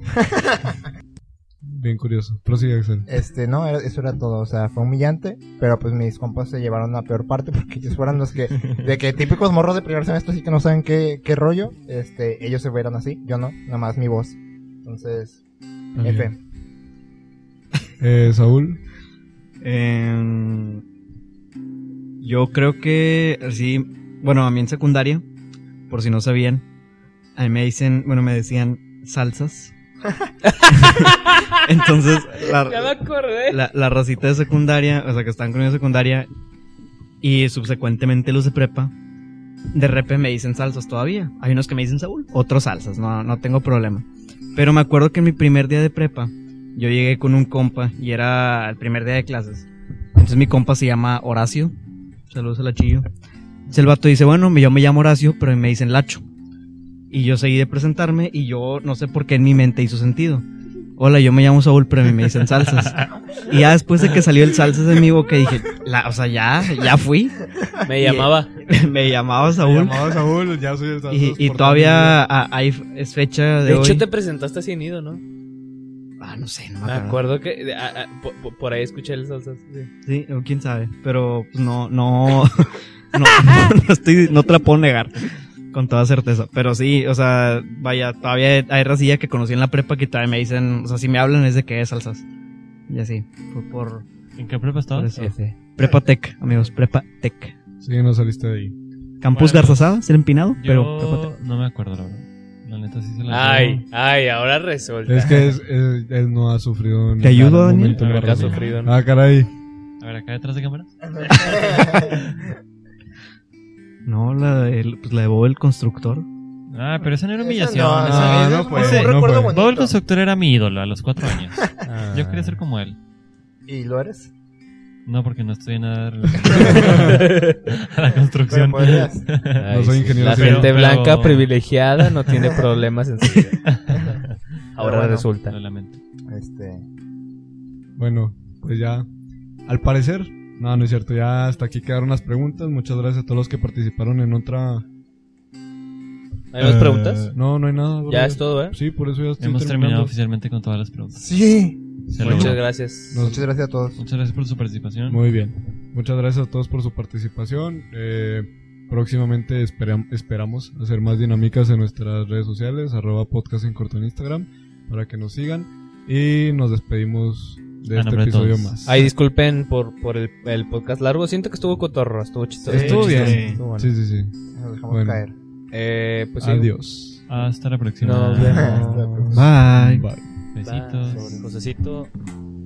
Bien curioso. Prosigue, Axel. este, no, era- eso era todo. O sea, fue humillante, pero pues mis compas se llevaron la peor parte porque ellos fueron los que, de que típicos morros de primer semestre así que no saben qué, qué rollo, este, ellos se fueron así, yo no, nada más mi voz. Entonces, F. Eh, Saúl. Eh, yo creo que sí. Bueno, a mí en secundaria, por si no sabían, a mí me dicen, bueno, me decían salsas. Entonces, la, acordé. la, la racita de secundaria, o sea, que están conmigo en secundaria y subsecuentemente los de prepa, de repente me dicen salsas todavía. Hay unos que me dicen Saúl, otros salsas, no, no tengo problema. Pero me acuerdo que en mi primer día de prepa, yo llegué con un compa y era el primer día de clases. Entonces mi compa se llama Horacio. Saludos a Lachillo. Entonces el vato dice, bueno, yo me llamo Horacio, pero me dicen Lacho. Y yo seguí de presentarme y yo no sé por qué en mi mente hizo sentido. Hola, yo me llamo Saúl, pero a mí me dicen salsas. Y ya después de que salió el salsas de mi boca dije, la, o sea, ya, ya fui. Me llamaba. me llamaba Me Saúl. llamaba Saúl, ya soy el Y, Santos y por todavía ah, hay es fecha de, De hecho, hoy. te presentaste así en Ido, ¿no? Ah, no sé, no me Me acuerdo. acuerdo que de- a- a- po- po- por, ahí escuché el salsa. sí. Sí, o quién sabe, pero pues, no, no, no, no estoy, no te la puedo negar con toda certeza. Pero sí, o sea, vaya, todavía hay racilla que conocí en la prepa que todavía me dicen, o sea, si me hablan es de que es salsas. Y así, fue por, ¿En qué prueba ¿Ah? por estabas? eso. Prepa Tech, amigos, Prepa Tech. Sí, no saliste de ahí. Campus Bueno, pues, Garzazada, ser empinado, pero Prepa Tech. Yo no me acuerdo, la verdad. La neta sí se la Ay, ay, ahora resulta. Es que es- es- él no ha sufrido en ¿Te ayudo, ningún Daniel? momento en Nunca la ha razón. sufrido, ¿no? Ah, caray. A ver, acá detrás de cámara. No, la de, pues, la de Bob el Constructor. Ah, pero esa no era Esa humillación. no, esa- no, esa- no es fue, un- un no recuerdo fue. bonito. Bob el constructor era mi ídolo a los cuatro años. Ah. Yo quería ser como él. ¿Y lo eres? No, porque no estoy nada relacionado a la construcción. Pero podrías. Ay, Ah, No soy sí. ingeniero La civil, gente pero- blanca privilegiada no tiene problemas en su vida. Ahora bueno. resulta. Lo lamento. Este, Bueno, pues ya, al parecer, no, no es cierto, ya hasta aquí quedaron las preguntas. Muchas gracias a todos los que participaron en otra... ¿Hay más eh, preguntas? No, no hay nada. bro. Ya es todo, ¿eh? Sí, por eso ya estoy Hemos terminado terminando. oficialmente con todas las preguntas. sí. Se Muchas logró. gracias. Nos- Muchas gracias a todos. Muchas gracias por su participación. Muy bien. Muchas gracias a todos por su participación. Eh, próximamente espera- esperamos hacer más dinámicas en nuestras redes sociales, arroba podcast en corto en Instagram, para que nos sigan. Y nos despedimos de A este nombre de episodio todos. más. Ay, disculpen por, por el, el podcast largo. Siento que estuvo cotorro, estuvo chistoso. Sí, Estuvo bien. sí. Estuvo bueno. Sí, sí, sí. Nos dejamos Bueno. caer. Eh, pues sí. Adiós. Hasta la próxima. Nos Hasta la vemos. próxima. Bye. Bye. Besitos. Bye. Josecito.